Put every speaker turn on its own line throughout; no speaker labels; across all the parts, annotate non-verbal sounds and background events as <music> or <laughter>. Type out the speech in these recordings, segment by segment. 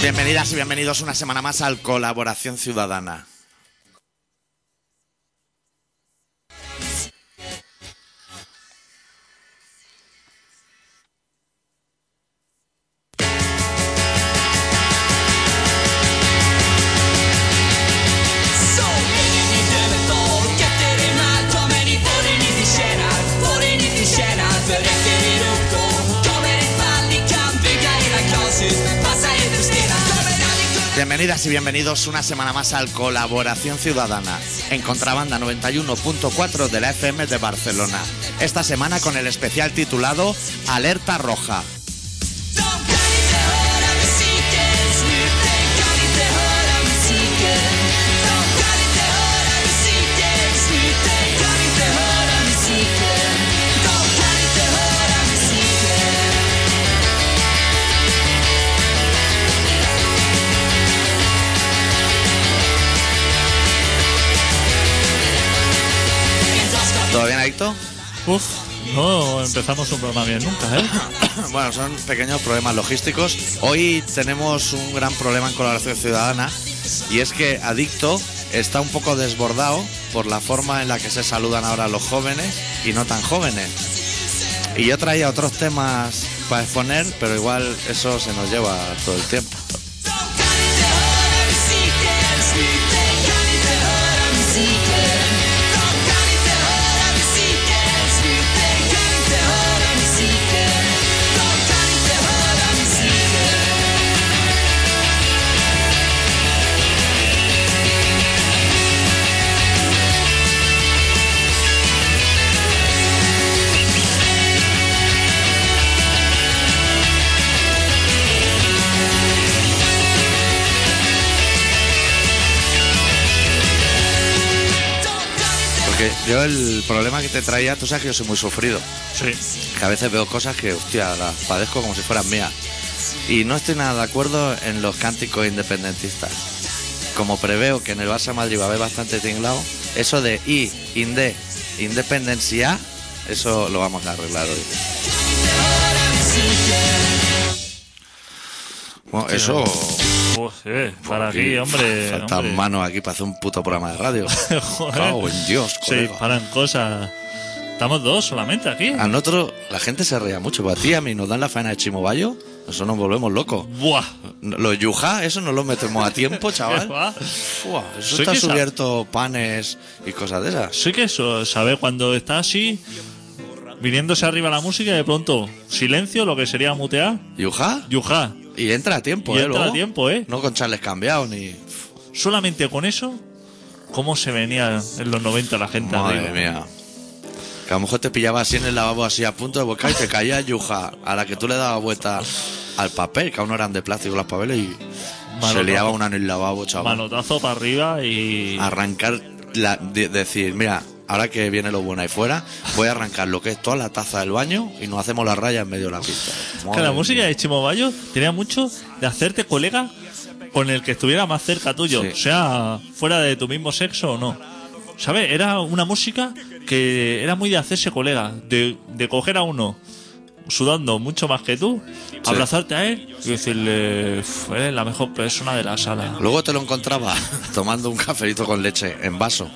Bienvenidas y bienvenidos una semana más al Colaboración Ciudadana. Bienvenidas y bienvenidos una semana más al Colaboración Ciudadana en Contrabanda 91.4 de la FM de Barcelona. Esta semana con el especial titulado Alerta Roja. ¿Todo bien, Adicto?
Uf, no empezamos un programa bien nunca, ¿eh?
<coughs> Bueno, son pequeños problemas logísticos. Hoy tenemos un gran problema en colaboración ciudadana y es que Adicto está un poco desbordado por la forma en la que se saludan ahora los jóvenes y no tan jóvenes. Y yo traía otros temas para exponer, pero igual eso se nos lleva todo el tiempo. Porque yo el problema que te traía, tú sabes que yo soy muy sufrido.
Sí.
que a veces veo cosas que, hostia, las padezco como si fueran mías. Y no estoy nada de acuerdo en los cánticos independentistas. Como preveo que en el Barça Madrid va a haber bastante tinglado, eso de I, Inde, Independencia, eso lo vamos a arreglar hoy. Bueno, eso.
Uf, eh, para aquí, hombre.
Faltan
hombre.
manos aquí para hacer un puto programa de radio.
<laughs> Joder.
Cago en Dios,
Se
colega. Ah.
disparan cosas. Estamos dos solamente aquí.
A nosotros la gente se ría mucho, pero a ti y a mí nos dan la faena de Chimobayo, nosotros nos volvemos locos.
Buah.
Los yuja, eso no lo metemos a tiempo, chaval.
Buah.
Fua, eso
Sí
está
que sa-
cubierto panes y cosas de esas.
Sí que eso, ¿sabes? Cuando está así, viniéndose arriba la música y de pronto silencio, lo que sería mutear,
Yuja,
yuja.
y entra a tiempo,
Y
¿eh?
entra
luego.
a tiempo, ¿eh?
No con charles cambiado ni.
Solamente con eso, ¿cómo se venía en los 90 la gente
Madre
arriba?
mía. Que a lo mejor te pillaba así en el lavabo, así a punto de buscar y te caía yuja, a la que tú le dabas vuelta al papel, que aún no eran de plástico los papeles, y se
Manotazo.
liaba una en el lavabo, chaval.
Manotazo para arriba y.
arrancar, la, de- decir, mira, ahora que viene lo bueno ahí fuera, voy a arrancar lo que es toda la taza del baño y nos hacemos la raya en medio de la pista.
Que la
Madre
música
mía.
de Chimo Bayo tenía mucho de hacerte colega con el que estuviera más cerca tuyo,
Sí.
o sea fuera de tu mismo sexo o no. ¿Sabes? Era una música que era muy de hacerse colega, de, de coger a uno sudando mucho más que tú, abrazarte a él y decirle, "Uf, eres la mejor persona de la sala.
Luego te lo encontraba <laughs> tomando un cafelito con leche en vaso.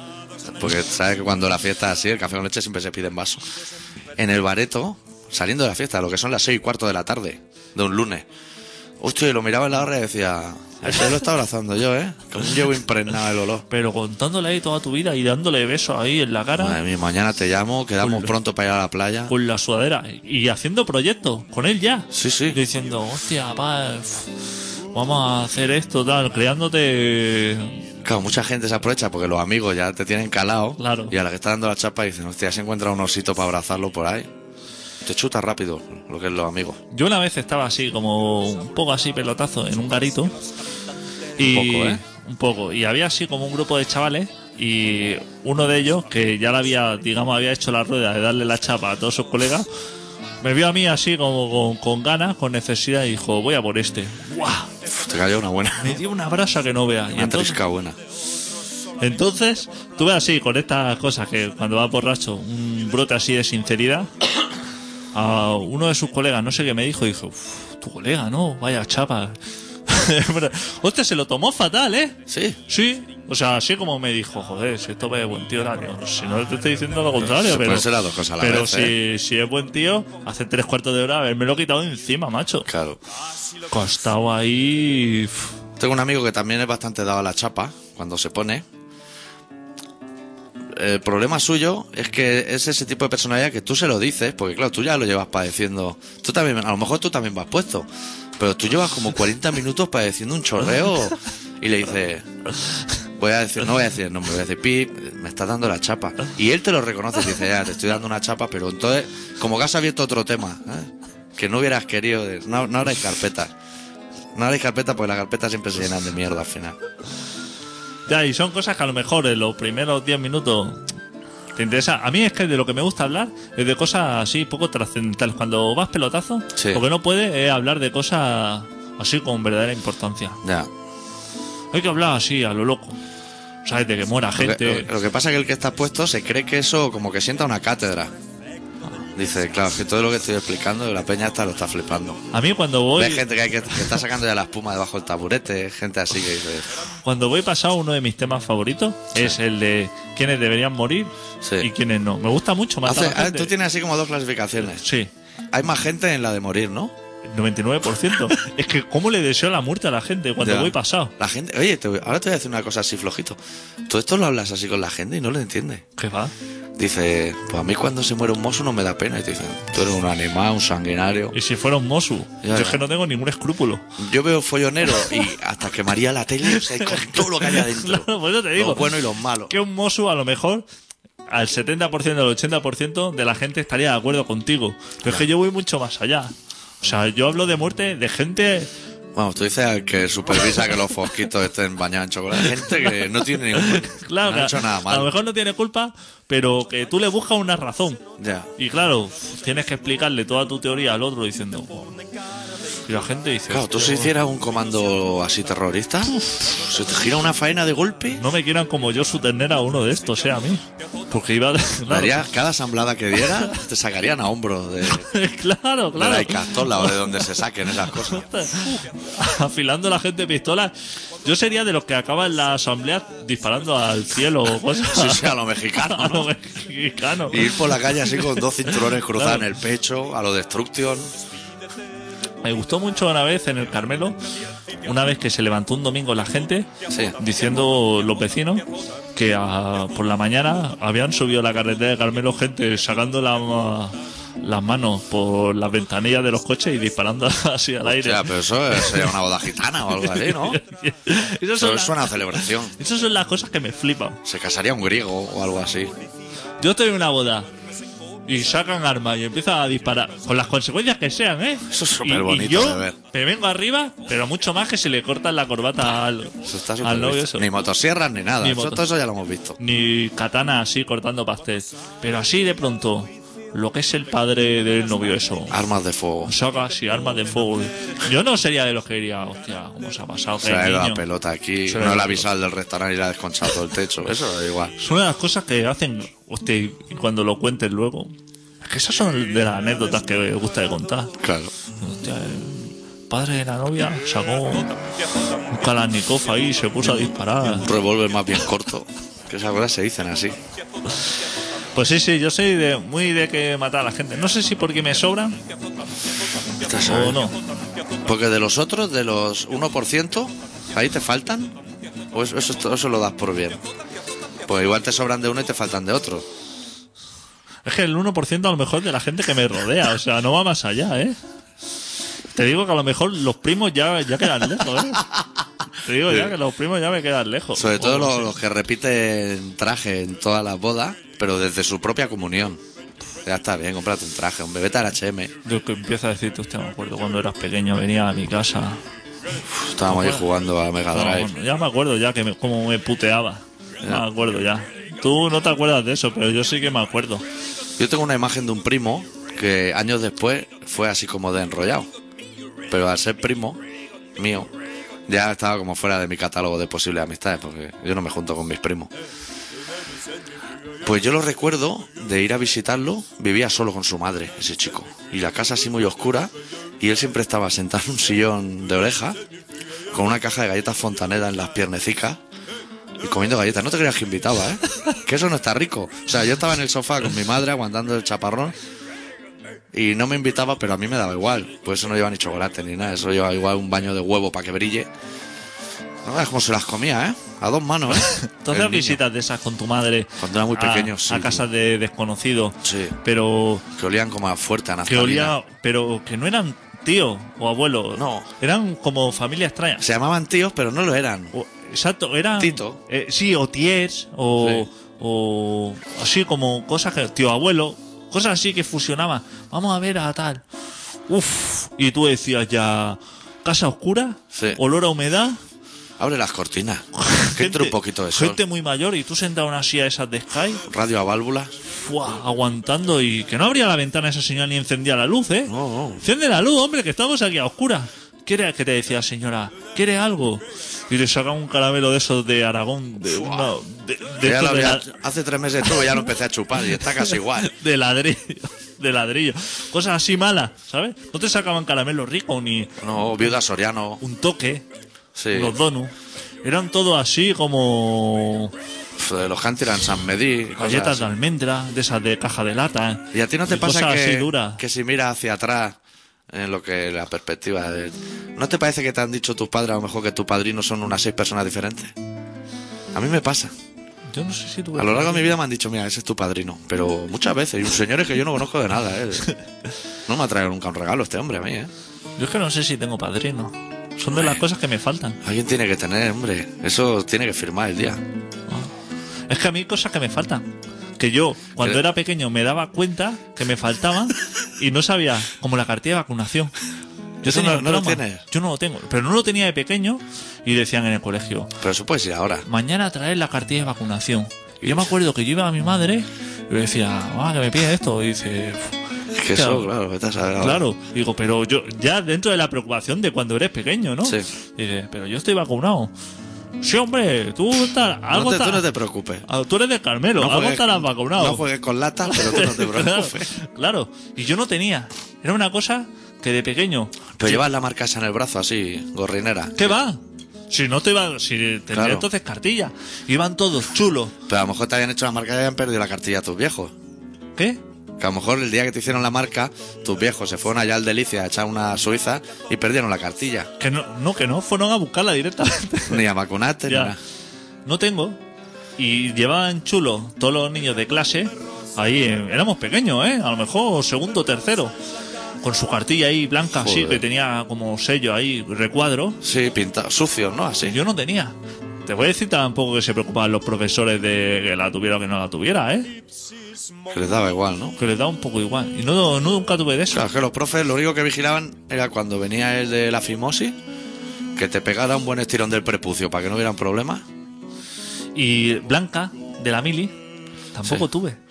Porque sabes que cuando la fiesta es así, el café con leche siempre se pide en vaso. En el bareto, saliendo de la fiesta, lo que son las seis y cuarto de la tarde, de un lunes. Hostia, y lo miraba en la hora y decía, este lo está abrazando yo, ¿eh? Como un llevo impregnado el olor.
Pero contándole ahí toda tu vida y dándole besos ahí en la cara.
Madre mía, mañana te llamo, quedamos
Hola.
pronto para ir a la playa.
con la sudadera y haciendo proyectos con él ya.
Sí, sí.
Diciendo, hostia, pa, pf, vamos a hacer esto, tal, creándote.
Claro, mucha gente se aprovecha porque los amigos ya te tienen calado.
Claro.
Y a la que está dando la chapa dicen, hostia, se encuentra un osito para abrazarlo por ahí. Te chuta rápido lo que es los amigos.
Yo una vez estaba así, como un poco así, pelotazo, en un garito. Y,
Un poco, ¿eh?
Un poco. Y había así como un grupo de chavales. Y uno de ellos, que ya la había, digamos, había hecho la rueda de darle la chapa a todos sus colegas, me vio a mí así como con, con ganas, con necesidad, y dijo, voy a por este. ¡Buah!
Uf, te cayó una buena.
Me dio una brasa que no vea. Y
Una
entonces
trisca buena.
Entonces, tú ves así, con estas cosas, que cuando va borracho, un brote así de sinceridad, a uno de sus colegas, no sé qué me dijo, dijo, "Uf, tu colega, ¿no? Vaya chapa. <laughs> Hostia, se lo tomó fatal, ¿eh?
Sí.
Sí. O sea, así como me dijo, joder, si esto es buen tío, nada, digo, si no te estoy diciendo lo contrario,
Se
pero.
pueden ser las dos cosas a la
pero
vez, ¿eh?
si, si es buen tío, hace tres cuartos de hora haberme lo quitado de encima, macho.
Claro.
Costado ahí. uf.
Tengo un amigo que también es bastante dado a la chapa cuando se pone. El problema suyo es que es ese tipo de personalidad que tú se lo dices, porque claro, tú ya lo llevas padeciendo. Tú también, a lo mejor tú también vas puesto, pero tú llevas como 40 minutos padeciendo un chorreo y le dices, voy a decir, no voy a decir el nombre, voy a decir, Pip, me estás dando la chapa. Y él te lo reconoce y dice, ya, te estoy dando una chapa, pero entonces, como que has abierto otro tema, ¿eh? que no hubieras querido, no, no habrá carpetas. No hagáis carpeta porque las carpetas siempre se llenan de mierda al final.
Ya, y son cosas que a lo mejor en los primeros 10 minutos te interesa. A mí es que de lo que me gusta hablar es de cosas así poco trascendentales. Cuando vas pelotazo,
Sí.
lo que no puedes es hablar de cosas así con verdadera importancia.
Ya.
Hay que hablar así, a lo loco. ¿Sabes? De que muera
Lo
gente.
que, lo que pasa es que el que está puesto se cree que eso como que sienta una cátedra. Dice, claro, es que todo lo que estoy explicando la peña hasta lo está flipando.
A mí cuando voy,
Ve gente que, hay que- que está sacando ya la espuma debajo del taburete, gente así que dice,
cuando voy pasado uno de mis temas favoritos es el de quiénes deberían morir
Sí.
y quiénes no. Me gusta mucho más
Hace- ah, tú tienes así como dos clasificaciones.
Sí,
Hay más gente en la de morir, ¿no? <laughs>
99%. es que cómo le deseo la muerte a la gente cuando
Ya.
voy pasado.
La gente, oye, te voy- ahora te voy a decir una cosa así flojito. Tú esto lo hablas así con la gente y no lo entiendes.
¿Qué va?
Dice, pues a mí cuando se muere un mozo no me da pena. Y te dicen, tú eres un animal, un sanguinario.
Y si fuera un Mosu,
Ya,
yo es
ya.
que no tengo ningún escrúpulo.
Yo veo follonero y hasta quemaría la tele o sea, con todo lo que hay
<laughs>
adentro.
Claro, por eso te digo.
Los buenos y los malos.
Que un Mosu a lo mejor al 70%, al 80% de la gente estaría de acuerdo contigo. Pero es que yo voy mucho más allá. O sea, yo hablo de muerte de gente
Vamos, tú dices al que supervisa que los fosquitos estén bañados en chocolate. Gente que no tiene ningún.
Claro,
no
que
ha
a-
hecho nada
a lo
mal.
mejor no tiene culpa, pero que tú le buscas una razón.
Ya.
Y claro, tienes que explicarle toda tu teoría al otro diciendo. "Oh". Y la gente dice.
Claro, tú si hicieras un comando así terrorista, se te gira una faena de golpe.
No me quieran como yo su ternera uno de estos, sea a mí. Porque iba. <laughs> Claro,
Daría- cada asamblada que diera, te sacarían a hombros de, de
claro,
la
claro.
Icastola o de donde se saquen esas cosas.
<laughs> Afilando la gente pistola. Yo sería de los que acaban la asamblea disparando al cielo o cosas.
<laughs> Sí, sí, a lo mexicano.
a lo mexicano.
Y ir por la calle así con dos cinturones cruzados en el pecho, a lo Destruction.
Me gustó mucho una vez en el Carmelo, una vez que se levantó un domingo la gente
Sí.
diciendo los vecinos que ah, por la mañana habían subido a la carretera de Carmelo gente sacando la ma- las manos por las ventanillas de los coches y disparando <laughs> así al
O
aire.
sea, pero eso sería una boda gitana o algo así,
<laughs>
¿no?
Esas son
Eso
las-
es una celebración.
esas son las cosas que me flipan.
Se casaría un griego o algo así.
Yo estoy en una boda y sacan armas y empiezan a disparar, con las consecuencias que sean, ¿eh?
Eso es
Y-
superbonito
Y yo
de ver.
me vengo arriba, pero mucho más que si le cortan la corbata al,
Eso está
al
súper
novio.
bien.
Eso.
Ni motosierras ni nada.
Ni
eso,
moto.
todo eso ya lo hemos visto.
Ni katana así cortando pastel. Pero así de pronto, lo que es el padre del novio, eso.
Armas de fuego.
Sacas y armas de fuego. Yo no sería de los que diría, hostia, ¿cómo se ha pasado?
Se
Qué
le ha ido la
niño".
pelota aquí.
Se le
no
ha ido
le
la
ha avisado al del restaurante y le ha desconchado todo el techo. Eso da igual.
Es una de las cosas que hacen, hostia, y cuando lo cuentes luego. Es que esas son de las anécdotas que me gusta de contar.
Claro.
Hostia, el Este, padre de la novia sacó un Kalashnikov ahí y se puso a disparar.
Un revólver más bien corto. Que esas cosas se dicen así.
Pues sí, sí, yo soy de, muy de que matar a la gente. No sé si porque me sobran o no.
Porque de los otros, de los 1%, ahí te faltan. O eso, eso, eso lo das por bien. Pues igual te sobran de uno y te faltan de otro.
Es que el 1% a lo mejor de la gente que me rodea, o sea, no va más allá, ¿eh? Te digo que a lo mejor los primos ya, ya quedan lejos, ¿eh? Te digo ya que los primos ya me quedan lejos.
Sobre todo
O no
los,
sé.
los que repiten traje en todas las bodas, pero desde su propia comunión. Ya está bien, cómprate un traje, un bebé al HM.
Yo que empiezo a decirte, hostia, me acuerdo cuando eras pequeño, venía a mi casa.
Uf, Estábamos ahí jugando a Mega
No,
Drive.
bueno, ya me acuerdo ya que me, como me puteaba. Me acuerdo ya. Tú no te acuerdas de eso, pero yo sí que me acuerdo.
Yo tengo una imagen de un primo que años después fue así como de enrollado. Pero al ser primo mío, ya estaba como fuera de mi catálogo de posibles amistades, porque yo no me junto con mis primos. Pues yo lo recuerdo de ir a visitarlo, vivía solo con su madre, ese chico. Y la casa así muy oscura, y él siempre estaba sentado en un sillón de oreja, con una caja de galletas fontanera en las piernecicas y comiendo galletas. No te creas que invitaba, ¿eh? Que eso no está rico. O sea, yo estaba en el sofá con mi madre aguantando el chaparrón y no me invitaba, pero a mí me daba igual. Pues eso no lleva ni chocolate ni nada. Eso lleva igual un baño de huevo para que brille. No veas cómo se las comía, ¿eh? A dos manos, ¿eh?
¿Tú
El niño.
haces visitas de esas con tu madre?
Cuando era muy
a-
pequeño,
a,
sí, tío.
casas de desconocidos.
Sí.
Pero
Que olían como a fuerte a
que
naftalina.
olía, pero que no eran tío o abuelo.
No.
Eran como familia extraña.
Se llamaban tíos, pero no lo eran.
O- exacto, eran.
Tito.
eh, sí, o tíes, o,
Sí.
o. Así como cosas que. Tío abuelo, cosas así que fusionaban. Vamos a ver a tal. Uf. Y tú decías ya. Casa oscura,
Sí.
olor a humedad.
Abre las cortinas. Que entre un poquito de sol.
Gente muy mayor y tú sentado en una silla de esas de Sky,
Radio a válvulas.
fuá, aguantando y que no abría la ventana esa señora ni encendía la luz, ¿eh?
No, no.
Enciende la luz, hombre, que estamos aquí a oscuras. ¿Quiere que te decía la señora? ¿Quiere algo? Y le saca un caramelo de esos de Aragón, de una. de, de
Ya
estos
lo
de
había-
la-
Hace tres meses estuve, ya lo empecé a chupar y está casi igual.
de ladrillo. De ladrillo. Cosas así malas, ¿sabes? No te sacaban caramelo rico ni
No, viuda Soriano.
un toque,
Sí.
los donuts. Eran todo así como
Pf, De los Hunter and San Medí. cosas
galletas
así.
de almendra, de esas de caja de lata.
¿Y a ti no te
de
pasa
cosas así
que,
duras.
que si miras hacia atrás, en lo que la perspectiva de... ¿No te parece que te han dicho tus padres, a lo mejor que tus padrinos son unas seis personas diferentes? A mí me pasa.
Yo no sé si tuve.
A lo largo de mi vida me han dicho, mira, ese es tu padrino. Pero muchas veces, y un señor es que yo no conozco de nada, ¿eh? No me ha traído nunca un regalo este hombre a mí, ¿eh?
Yo es que no sé si tengo padrino. Son de las cosas que me faltan.
Alguien tiene que tener, hombre. Eso tiene que firmar el día.
Es que a mí hay cosas que me faltan. Que yo, cuando
Pero-
era pequeño, me daba cuenta que me faltaban y no sabía, como la cartilla de vacunación. Yo
Eso
tenía
no-
un
no lo
trauma.
tienes.
Yo no lo tengo. Pero no lo tenía de pequeño y decían en el colegio,
Pero eso puedes ir ahora.
mañana traer la cartilla de vacunación. Y yo me acuerdo que yo iba a mi madre y le decía, ah, que me pide esto. Y dice,
Es que
Claro.
eso, claro, vete a saber ahora.
Claro, digo, pero yo, ya dentro de la preocupación de cuando eres pequeño, ¿no?
Sí.
Dices, pero yo estoy vacunado. Sí, hombre, tú estás,
No
algo
te,
está-
tú no te preocupes.
ah, tú eres de Carmelo,
No
algo
juegues-
estarás vacunado.
No juegues con lata, pero tú
<laughs>
no te
claro,
preocupes.
claro. y yo no tenía. Era una cosa que de pequeño.
Pero llevas la marca esa en el brazo así, gorrinera.
¿Qué va? Si no te iba, si tendría
Claro.
entonces cartilla. Iban todos chulos.
Pero a lo mejor te habían hecho la marca y habían perdido la cartilla a tus viejos.
¿Qué?
Que a lo mejor el día que te hicieron la marca, tus viejos se fueron allá al Delicia a echar una suiza y perdieron la cartilla.
Que no, no, que no, fueron a buscarla directamente. <laughs>
Ni a vacunarte, ni
Ya.
nada.
No tengo. Y llevaban chulo todos los niños de clase. Ahí eh, éramos pequeños, ¿eh? A lo mejor segundo, tercero. Con su cartilla ahí blanca, así,
Joder.
que tenía como sello ahí, recuadro.
Sí, pintado, sucio, ¿no?
que
Así.
Yo no tenía. Te voy a decir tampoco que se preocupaban los profesores de que la tuviera o que no la tuviera, ¿eh?
Que les daba igual, ¿no?
Que les da un poco igual. Y no, no- nunca tuve de eso.
Claro, es que los profes lo único que vigilaban era cuando venía el de la fimosis, que te pegara un buen estirón del prepucio para que no hubieran problemas.
Y Blanca, de la Mili, tampoco
Sí.
tuve. <laughs>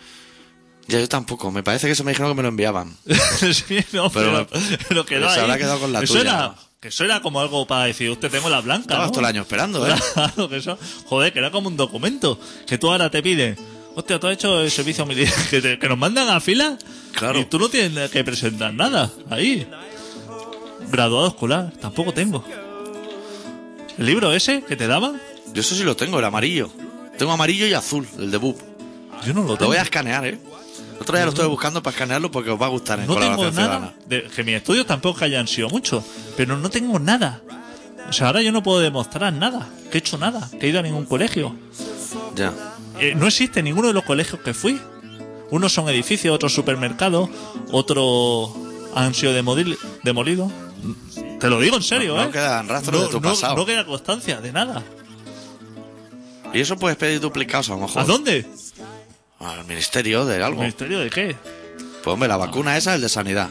Ya yo tampoco, me parece que se me dijeron que me lo enviaban.
sí, no,
Pero-
pero, pero quedó
pero se
ahí.
habrá quedado con la
eso
tuya,
Era,
¿no?
que eso era como algo para decir, usted tengo la blanca.
Estabas
¿no?
todo el año esperando, ¿eh?
<laughs> Claro, que eso. Joder, que era como un documento. Que tú ahora te pides. Hostia, tú has hecho el servicio militar. <laughs> Que, te- que nos mandan a fila.
Claro.
Y tú no tienes que presentar nada. Ahí. Graduado escolar. Tampoco tengo. El libro ese que te daban.
Yo eso sí lo tengo, el amarillo. Tengo amarillo y azul, el de BUP.
Yo no lo
Lo
tengo.
voy a escanear, ¿eh? Otro día lo estoy buscando para escanearlo porque os va a gustar en
no tengo
Colaboración
nada. de- que mis estudios tampoco que hayan sido muchos. Pero no tengo nada. O sea, ahora yo no puedo demostrar nada. Que he hecho nada. Que he ido a ningún colegio.
Ciudadana. Ya.
Eh, no existe ninguno de los colegios que fui. Unos son edificios, otros supermercados, otros han sido demodil- demolidos. Te lo digo en serio,
No-
¿eh?
no quedan rastros de tu pasado.
No queda constancia de nada.
Y eso puedes pedir duplicados a lo mejor.
¿A dónde?
Al ministerio de algo. Pues
¿Ministerio de qué?
hombre, la vacuna esa es el de sanidad.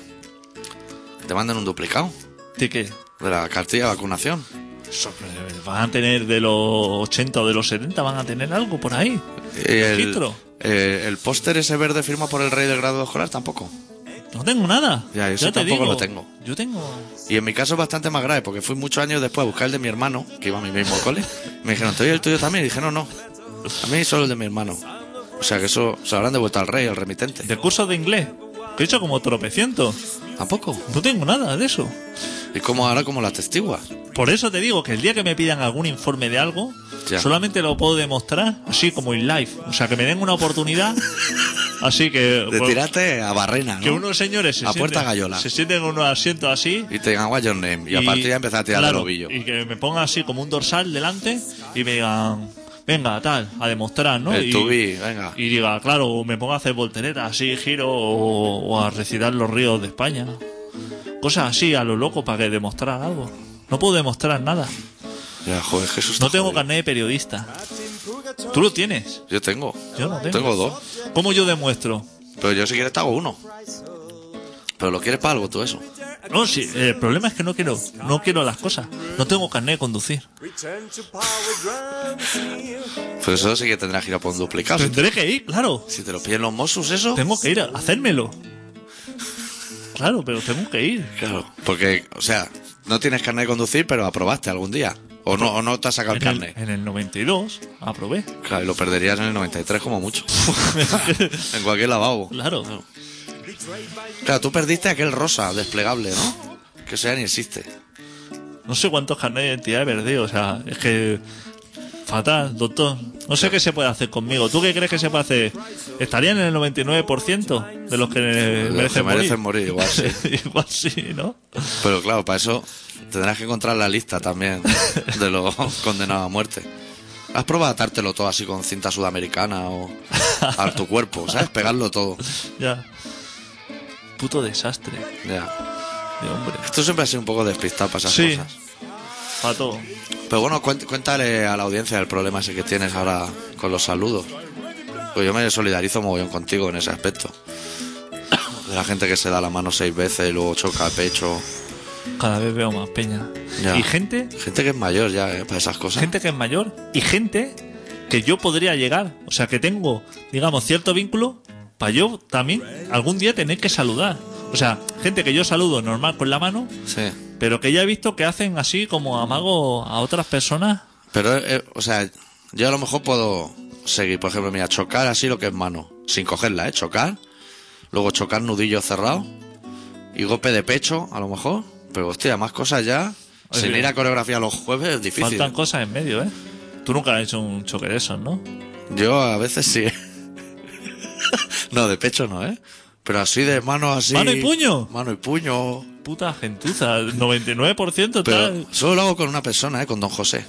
Te mandan un duplicado
¿De qué?
de la cartilla de vacunación.
Eso, eh, Van a tener de los 80 o de los 70, van a tener algo por ahí.
Y el,
Registro.
eh, el póster ese verde firma por el rey del grado escolar tampoco.
No tengo nada.
Ya, eso
te
tampoco
digo.
lo tengo.
Yo tengo.
Y en mi caso es bastante más grave porque fui muchos años después a buscar el de mi hermano, que iba a mi mismo cole. Me dijeron, ¿te doy el tuyo también? Y dije, no, no. A mí solo el de mi hermano. O sea que eso se habrán devuelto al rey, al remitente.
De cursos de inglés. Que he hecho como tropecientos.
Tampoco.
No tengo nada de eso.
¿Y cómo ahora como la testigua?
Por eso te digo que el día que me pidan algún informe de algo,
Ya.
solamente lo puedo demostrar así como in live. O sea, que me den una
<laughs>
oportunidad. Así que.
De
pues,
tirarte a barrena, ¿no?
que unos señores se,
A puerta
sienten,
gallola.
se sienten en unos asientos así.
Y te digan what's your name. Y, a partir de ahí empezar a tirar
claro,
del ovillo.
Y que me pongan así como un dorsal delante y me digan, venga, tal, a demostrar, ¿no?
El
y,
to be, venga.
y diga, claro, o me pongo a hacer volteretas así, giro, o, o a recitar los ríos de España. Cosas así, a lo loco, para que demostrar algo. No puedo demostrar nada.
Ya, joder, Jesús.
No
está
tengo
jodido.
carnet de periodista. Tú lo tienes.
Yo tengo.
Yo no tengo.
Tengo dos.
¿Cómo yo demuestro?
Pero yo si quieres te hago uno. Pero lo quieres para algo tú eso.
No, sí, el problema es que no quiero, no quiero las cosas. No tengo carnet de conducir.
Pero eso sí que tendrás que ir a por un duplicado. Si te,
Tendré que ir, claro.
si te lo piden los Mossos, eso.
Tengo que ir a hacérmelo. Claro, pero tengo que ir.
Claro. Porque, o sea, no tienes carnet de conducir, pero aprobaste algún día. O no, o no te has sacado el
En el,
carnet.
en el 92 aprobé.
Claro, y lo perderías en el 93 como mucho. <laughs> en cualquier lavabo.
Claro.
Claro, tú perdiste aquel rosa desplegable, ¿no? Que sea ni existe.
No sé cuántos carnets de identidad he perdido. O sea, es que. Fatal, doctor. No sé qué se puede hacer conmigo. ¿Tú qué crees que se puede hacer? ¿Estarían en el 99% de los que
Los
merecen,
que merecen
Eh, morir?
morir, igual sí.
Igual <laughs> sí, ¿no?
Pero claro, para eso tendrás que encontrar la lista también de los condenados a muerte. ¿Has probado atártelo todo así con cinta sudamericana o a tu cuerpo? ¿Sabes? Pegarlo todo.
Ya. Puto desastre
Ya.
de hombre.
Tú siempre has sido un poco despistado para esas
Sí.
cosas.
Pato.
Pero bueno, cuént- cuéntale a la audiencia el problema ese que tienes ahora con los saludos. Pues yo me solidarizo mogollón contigo en ese aspecto. De la gente que se da la mano seis veces y luego choca el pecho.
Cada vez veo más peña.
Ya.
Y gente
Gente que es mayor ya, ¿eh? Para esas cosas.
gente que es mayor y gente que yo podría llegar. O sea, que tengo, digamos, cierto vínculo para yo también algún día tener que saludar. O sea, gente que yo saludo normal con la mano,
Sí.
pero que ya he visto que hacen así como amago a otras personas.
Pero, eh, o sea, yo a lo mejor puedo seguir, por ejemplo, mira, chocar así lo que es mano, sin cogerla, ¿eh? Chocar, luego chocar nudillo cerrado y golpe de pecho, a lo mejor. Pero, hostia, más cosas ya.
Oye,
sin ir a coreografía los jueves es difícil.
Faltan cosas en medio, ¿eh? Tú nunca has hecho un choque de esos, ¿no?
Yo a veces sí. <laughs> no, de pecho no, ¿eh? Pero así de mano así.
¿Mano y puño?
Mano y puño.
Puta gentuza, 99%
Pero
tal.
solo lo hago con una persona, ¿eh? con don José.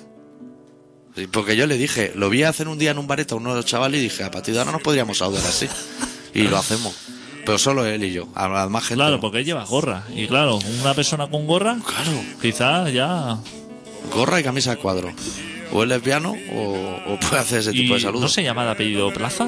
Sí, Porque yo le dije, lo vi hacer un día en un bareto a uno de los chavales y dije, a partir de ahora nos podríamos saludar así. Y lo hacemos. Pero solo él y yo. A la demás gente.
Claro, pues,
no.
porque lleva gorra. Y claro, una persona con gorra,
Claro.
quizás ya.
Este Gorra y camisa de cuadro. O es lesbiano o, o puede hacer ese
Y
tipo de saludos.
¿No se llama de apellido Plaza?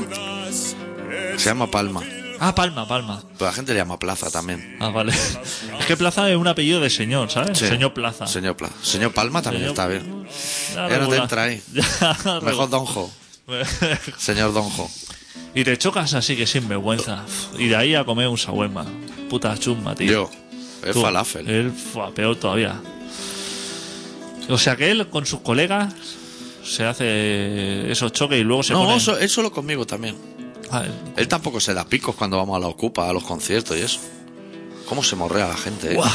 Se llama Palma.
Ah, Palma, Palma.
Pero la gente le llama Plaza también.
Ah, vale. Es que Plaza es un apellido de señor, ¿sabes?
Sí.
Señor Plaza.
Señor Plaza. Señor Palma también
Señor-
está bien.
Ya
Ya no te
regular.
entra ahí.
Ya
Mejor Donjo.
regular.
Señor Donjo.
<laughs> y te chocas así que sin vergüenza. Y de ahí a comer un shawarma. Puta chumba, tío.
Yo. Es
Tú, Eh,
falafel.
Él, fua, peor todavía. O sea que él con sus colegas se hace esos choques y luego se
no,
pone...
eso- él solo conmigo también.
Ah,
Él tampoco se da picos cuando vamos a la Ocupa, a los conciertos y eso. ¿Cómo se morrea la gente? eh?
¡guau!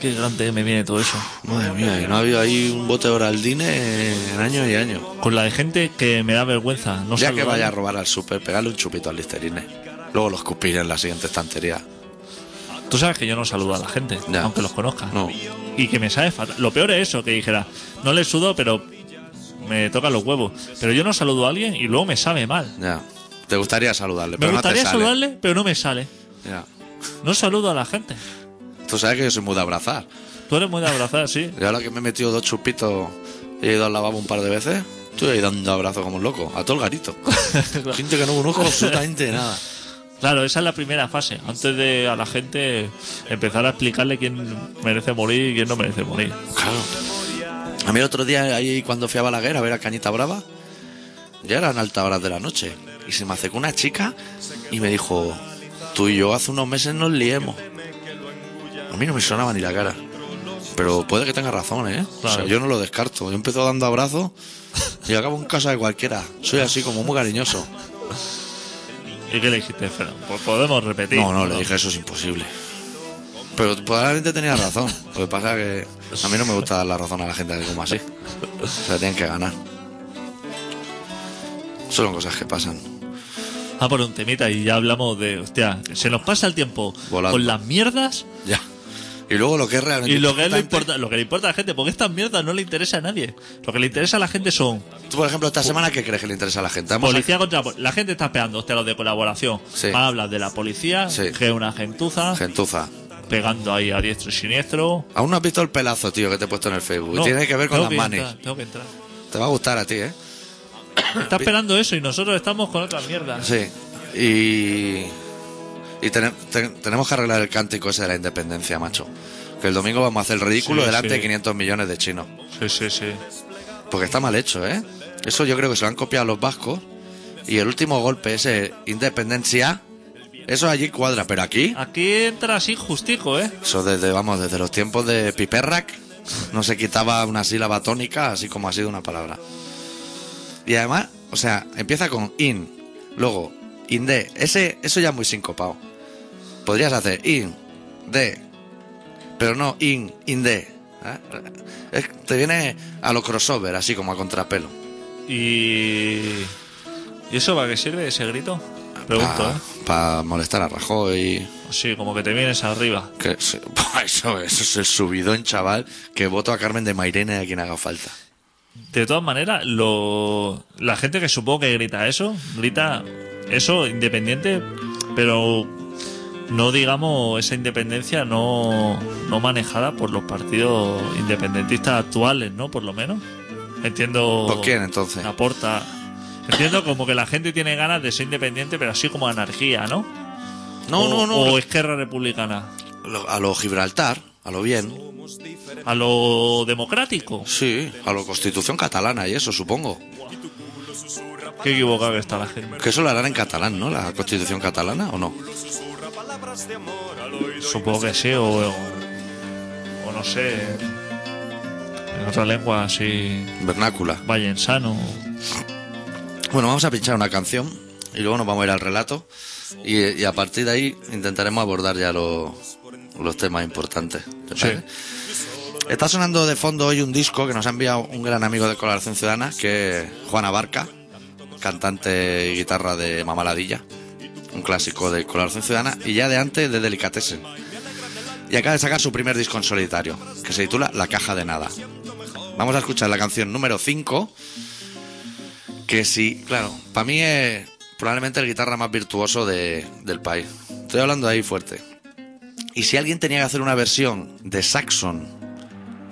Qué grande me viene todo eso.
Madre mía, y no ha habido ahí un bote de Oraldine en años y años.
Con la de gente que me da vergüenza. No
ya que
saludar.
vaya a robar al súper, pegarle un chupito al Listerine. Luego los escupir en la siguiente estantería.
Tú sabes que yo no saludo a la gente,
Ya.
aunque los conozca.
No.
Y que me sabe fatal. Lo peor es eso, que dijera, no le sudo, pero me tocan los huevos. Pero yo no saludo a alguien y luego me sabe mal.
Ya. Te gustaría saludarle,
Me
pero no
gustaría
te sale.
saludarle, pero no me sale.
Ya.
No saludo a la gente.
Tú sabes que yo soy muy de abrazar.
Tú eres muy de abrazar, sí.
Y ahora que me he metido dos chupitos y he ido al lavabo un par de veces, estoy ahí dando abrazos como un loco. A todo el
<laughs>
garito. gente que no conozco absolutamente nada.
Claro, esa es la primera fase. Antes de a la gente empezar a explicarle quién merece morir y quién no merece morir.
Claro. A mí el otro día, ahí cuando fui a Balaguer a ver a Cañita Brava, ya eran altas horas de la noche. Y se me acercó una chica y me dijo: Tú y yo hace unos meses nos liemos. A mí no me sonaba ni la cara. Pero puede que tenga razón, ¿eh? O sea,
Claro.
yo no lo descarto. Yo empiezo dando abrazos y acabo en casa de cualquiera. Soy así como muy cariñoso.
¿Y qué le dijiste, Fran? Pues podemos repetir.
No, no, le dije: Eso es imposible. Pero probablemente tenía razón. Lo que pasa que a mí no me gusta dar la razón a la gente así como así. Se la tienen que ganar. Eso Son cosas que pasan.
Ah, por un temita y ya hablamos de. Hostia, se nos pasa el tiempo
Volando.
con las mierdas
Ya. Y luego lo que es realmente.
y lo que, es lo,
importante-
importa, lo que le importa a la gente, porque estas mierdas no le interesa a nadie. Lo que le interesa a la gente son
Tú, por ejemplo, esta semana, ¿qué crees que le interesa a la gente? Vamos a-
policía contra. pol- La gente está esperando, hostia, los de colaboración.
Sí.
Van a hablar de la policía,
Sí.
que es una gentuza,
Gentuza.
pegando ahí a diestro y siniestro.
Aún no has visto el pelazo, tío, que te he puesto en el Facebook.
No,
Pues Tiene que ver con
tengo
las manis.
entrar, tengo que entrar.
Te va a gustar a ti, ¿eh?
Está esperando eso y nosotros estamos con otras mierdas.
Sí. Y. Y tene- te- tenemos que arreglar el cántico ese de la independencia, macho. Que el domingo vamos a hacer el ridículo
Sí,
delante
sí.
de 500 millones de chinos.
Sí, sí, sí.
Porque está mal hecho, ¿eh? Eso yo creo que se lo han copiado los vascos. Y el último golpe, ese independencia, eso allí cuadra, pero aquí,
Aquí entra así justico, ¿eh?
eso desde, vamos, desde los tiempos de Piperrac, no se quitaba una sílaba tónica, así como ha sido una palabra. Y además, o sea, empieza con in, luego inde, ese, eso ya es muy sincopado. Podrías hacer in, de, pero no in, inde. ¿eh? Es- te viene a lo crossover, así como a contrapelo.
Y... ¿Y eso para qué sirve ese grito? Pregunto,
Ah.
¿eh?
Para molestar a Rajoy.
Sí, como que te vienes arriba.
Que se- <laughs> eso, eso es el subidón, chaval. Que voto a Carmen de Mairena y a quien haga falta.
De todas maneras, lo... la gente que supongo que grita eso, grita eso independiente, pero no digamos esa independencia no, no manejada por los partidos independentistas actuales, ¿no? Por lo menos. Entiendo...
¿Por quién entonces?
Aporta... Entiendo como que la gente tiene ganas de ser independiente, pero así como anarquía, ¿no?
No,
O-
no, no.
O Esquerra Republicana.
Lo- A lo Gibraltar, a lo bien.
A lo democrático.
Sí, a lo Constitución catalana y eso, supongo.
Qué equivocado que está la gente.
Que eso lo harán en catalán, ¿no? La Constitución catalana, ¿o no?
Supongo que sí, o, o, o no sé. En otra lengua así.
Vernácula.
Vallensano.
Bueno, vamos a pinchar una canción y luego nos vamos a ir al relato. Y, y a partir de ahí intentaremos abordar ya lo- los temas importantes. ¿te
Sí.
parece? Está sonando de fondo hoy un disco que nos ha enviado un gran amigo de Colaboración Ciudadana, que es Juana Barca, cantante y guitarra de Mamaladilla, un clásico de Colaboración Ciudadana y ya de antes de Delicatessen. Y acaba de sacar su primer disco en solitario, que se titula La Caja de Nada. Vamos a escuchar la canción número 5, que sí, claro, para mí es probablemente el guitarra más virtuoso de- del país. Estoy hablando ahí fuerte. Y si alguien tenía que hacer una versión de Saxon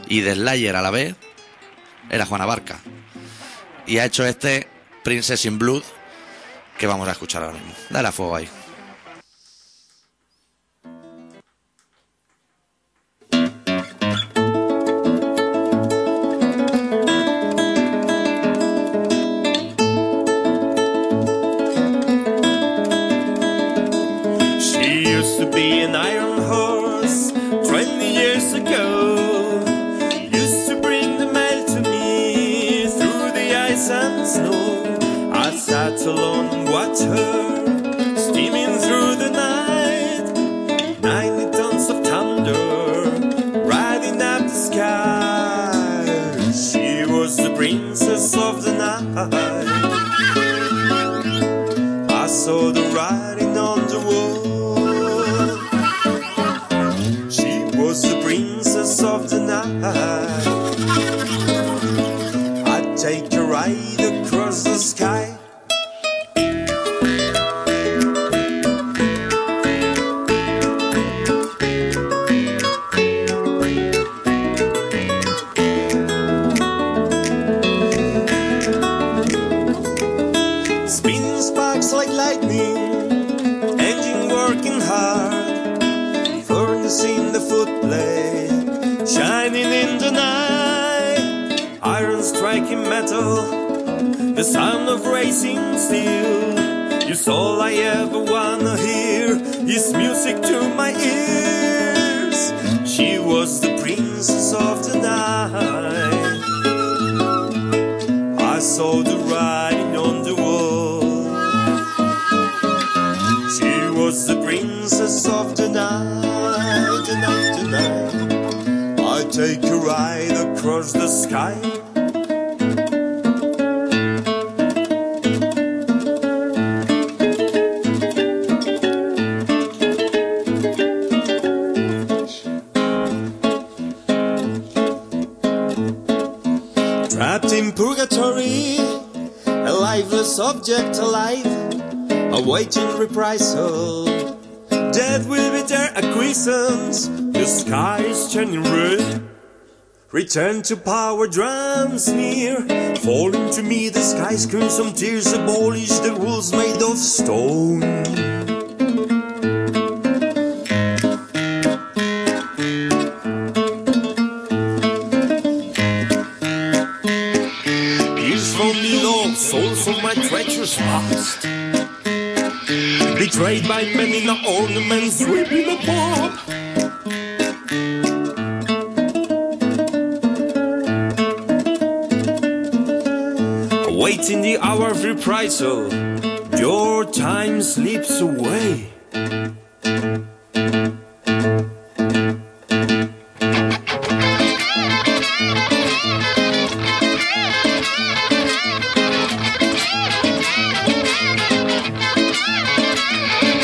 y de Slayer a la vez, era Juana Barca. Y ha hecho este Princess in Blood que vamos a escuchar ahora mismo. Dale a fuego ahí.
She used to be an iron horse 20 years ago. Used to bring the mail to me through the ice and snow. I sat alone and watched her steaming through the night. 90 tons of thunder riding up the sky. She was the princess of the night. I saw the writing on the wall. She was the princess of the night. I'd take a ride across the sky. Spinning sparks like lightning, engine working hard, furnace in the footplate, shining in the night, iron striking metal, the sound of racing steel. It's all I ever wanna hear, is music to my ears. She was the princess of the night. I saw the writing on the wall. She was the princess of the night. The night. I take a ride across the sky. Trapped in purgatory, a lifeless object alive, awaiting reprisal. Death will be their acquiescence, the sky is turning red. Return to power drums near, falling to me the sky screams some tears, abolish the rules made of stone. Years from below, souls of my treacherous past. Betrayed by men in ornaments, sweeping the bomb. Waiting the hour of reprisal, your time slips away.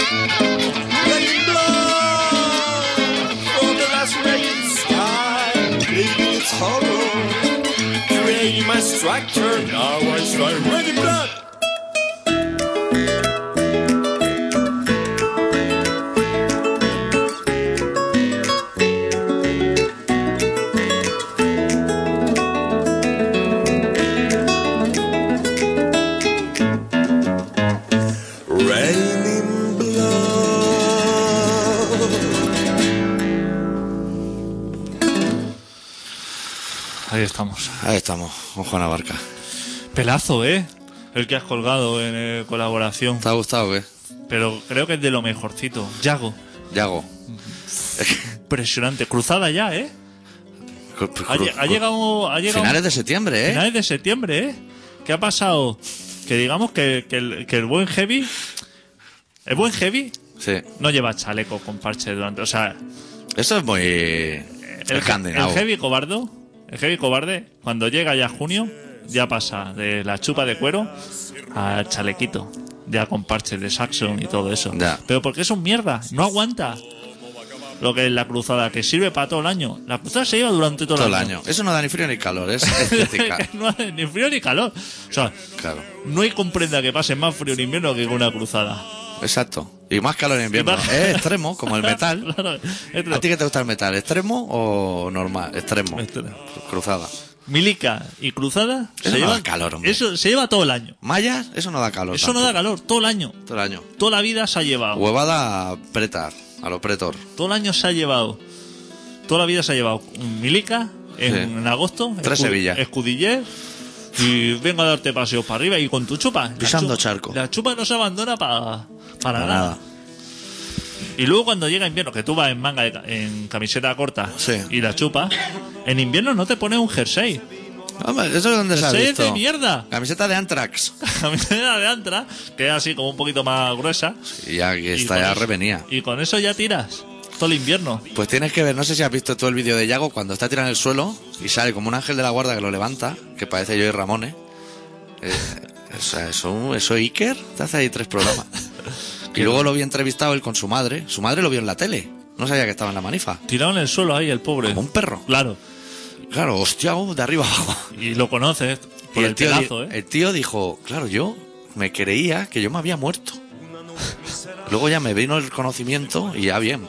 Letting blood from the last raging sky, leaving its hollow, creating my structure. Now I try letting blood. Raining blood.
Ahí estamos.
Ahí estamos, con Juana Barca.
Pelazo, ¿eh? El que has colgado en eh, colaboración.
¿Te ha gustado o qué?
Pero creo que es de lo mejorcito. Yago.
Yago.
Impresionante. Cruzada ya, ¿eh?
Cru- cru-
Ha, lle- ha llegado... Ha llegado
Finales de septiembre, ¿eh?
finales de septiembre, ¿eh? ¿Qué ha pasado? Que digamos que, que el, que el buen heavy... El buen heavy
Sí.
no lleva chaleco con parche durante... O sea,
Eso es muy
el,
escandinavo.
el heavy cobardo, el heavy cobarde, cuando llega ya junio, ya pasa de la chupa de cuero a chalequito, ya con parches de Saxon y todo eso.
Ya.
Pero porque es un mierda, no aguanta lo que es la cruzada, que sirve para todo el año. La cruzada se lleva durante todo,
Todo el año. Eso no da ni frío ni calor,
<laughs>
es estética.
no hace ni frío ni calor. O sea,
claro.
no hay comprenda que pase más frío en invierno que con una cruzada.
Exacto. Y más calor en invierno.
Y más-
Es extremo, como el metal.
<laughs> Claro, es lo-
¿A ti qué te gusta el metal? ¿Extremo o normal? Extremo.
Extremo.
Cruzada.
Milica y cruzada
Eso no da calor, hombre.
eso se lleva todo el año.
¿Mallas? Eso no da calor.
Eso no da
tampoco.
calor, todo el año.
Todo el año.
Toda la vida se ha llevado.
Huevada preta, a lo pretor.
Todo el año se ha llevado. Toda la vida se ha llevado. Milica, en,
Sí.
en agosto.
Tres Sevilla.
Escudiller. Y vengo a darte paseo para arriba y con tu chupa. La
Pisando
chupa-
charco.
La chupa no se abandona pa- para
Para
nada.
nada.
Y luego cuando llega invierno, que tú vas en manga, de ca- en camiseta corta
Sí.
y la chupa, en invierno no te pones un jersey. <laughs>
Hombre, ¿eso es donde se ha
Jersey
visto?
de mierda.
Camiseta de Anthrax.
Camiseta de antra, que es así como un poquito más gruesa.
Y aquí
Y
está,
con
ya
eso-
revenía.
Y con eso ya tiras todo el invierno.
Pues tienes que ver, no sé si has visto tú el vídeo de Yago cuando está tirando el suelo y sale como un ángel de la guarda que lo levanta, que parece yo y Ramones. Eh, o sea, eso, eso Iker te hace ahí tres
<laughs>
programas. y luego lo vi entrevistado él con su madre. Su madre lo vio en la tele. No sabía que estaba en la manifa.
Tirado en el suelo ahí, el pobre.
Como un perro.
Claro.
Claro, hostia, oh, de arriba abajo.
Y lo conoces por
Y
el,
tío, di-
pelazo, ¿eh?
el tío dijo, claro, yo me creía que yo me había muerto. Luego ya me vino el conocimiento y ya bien.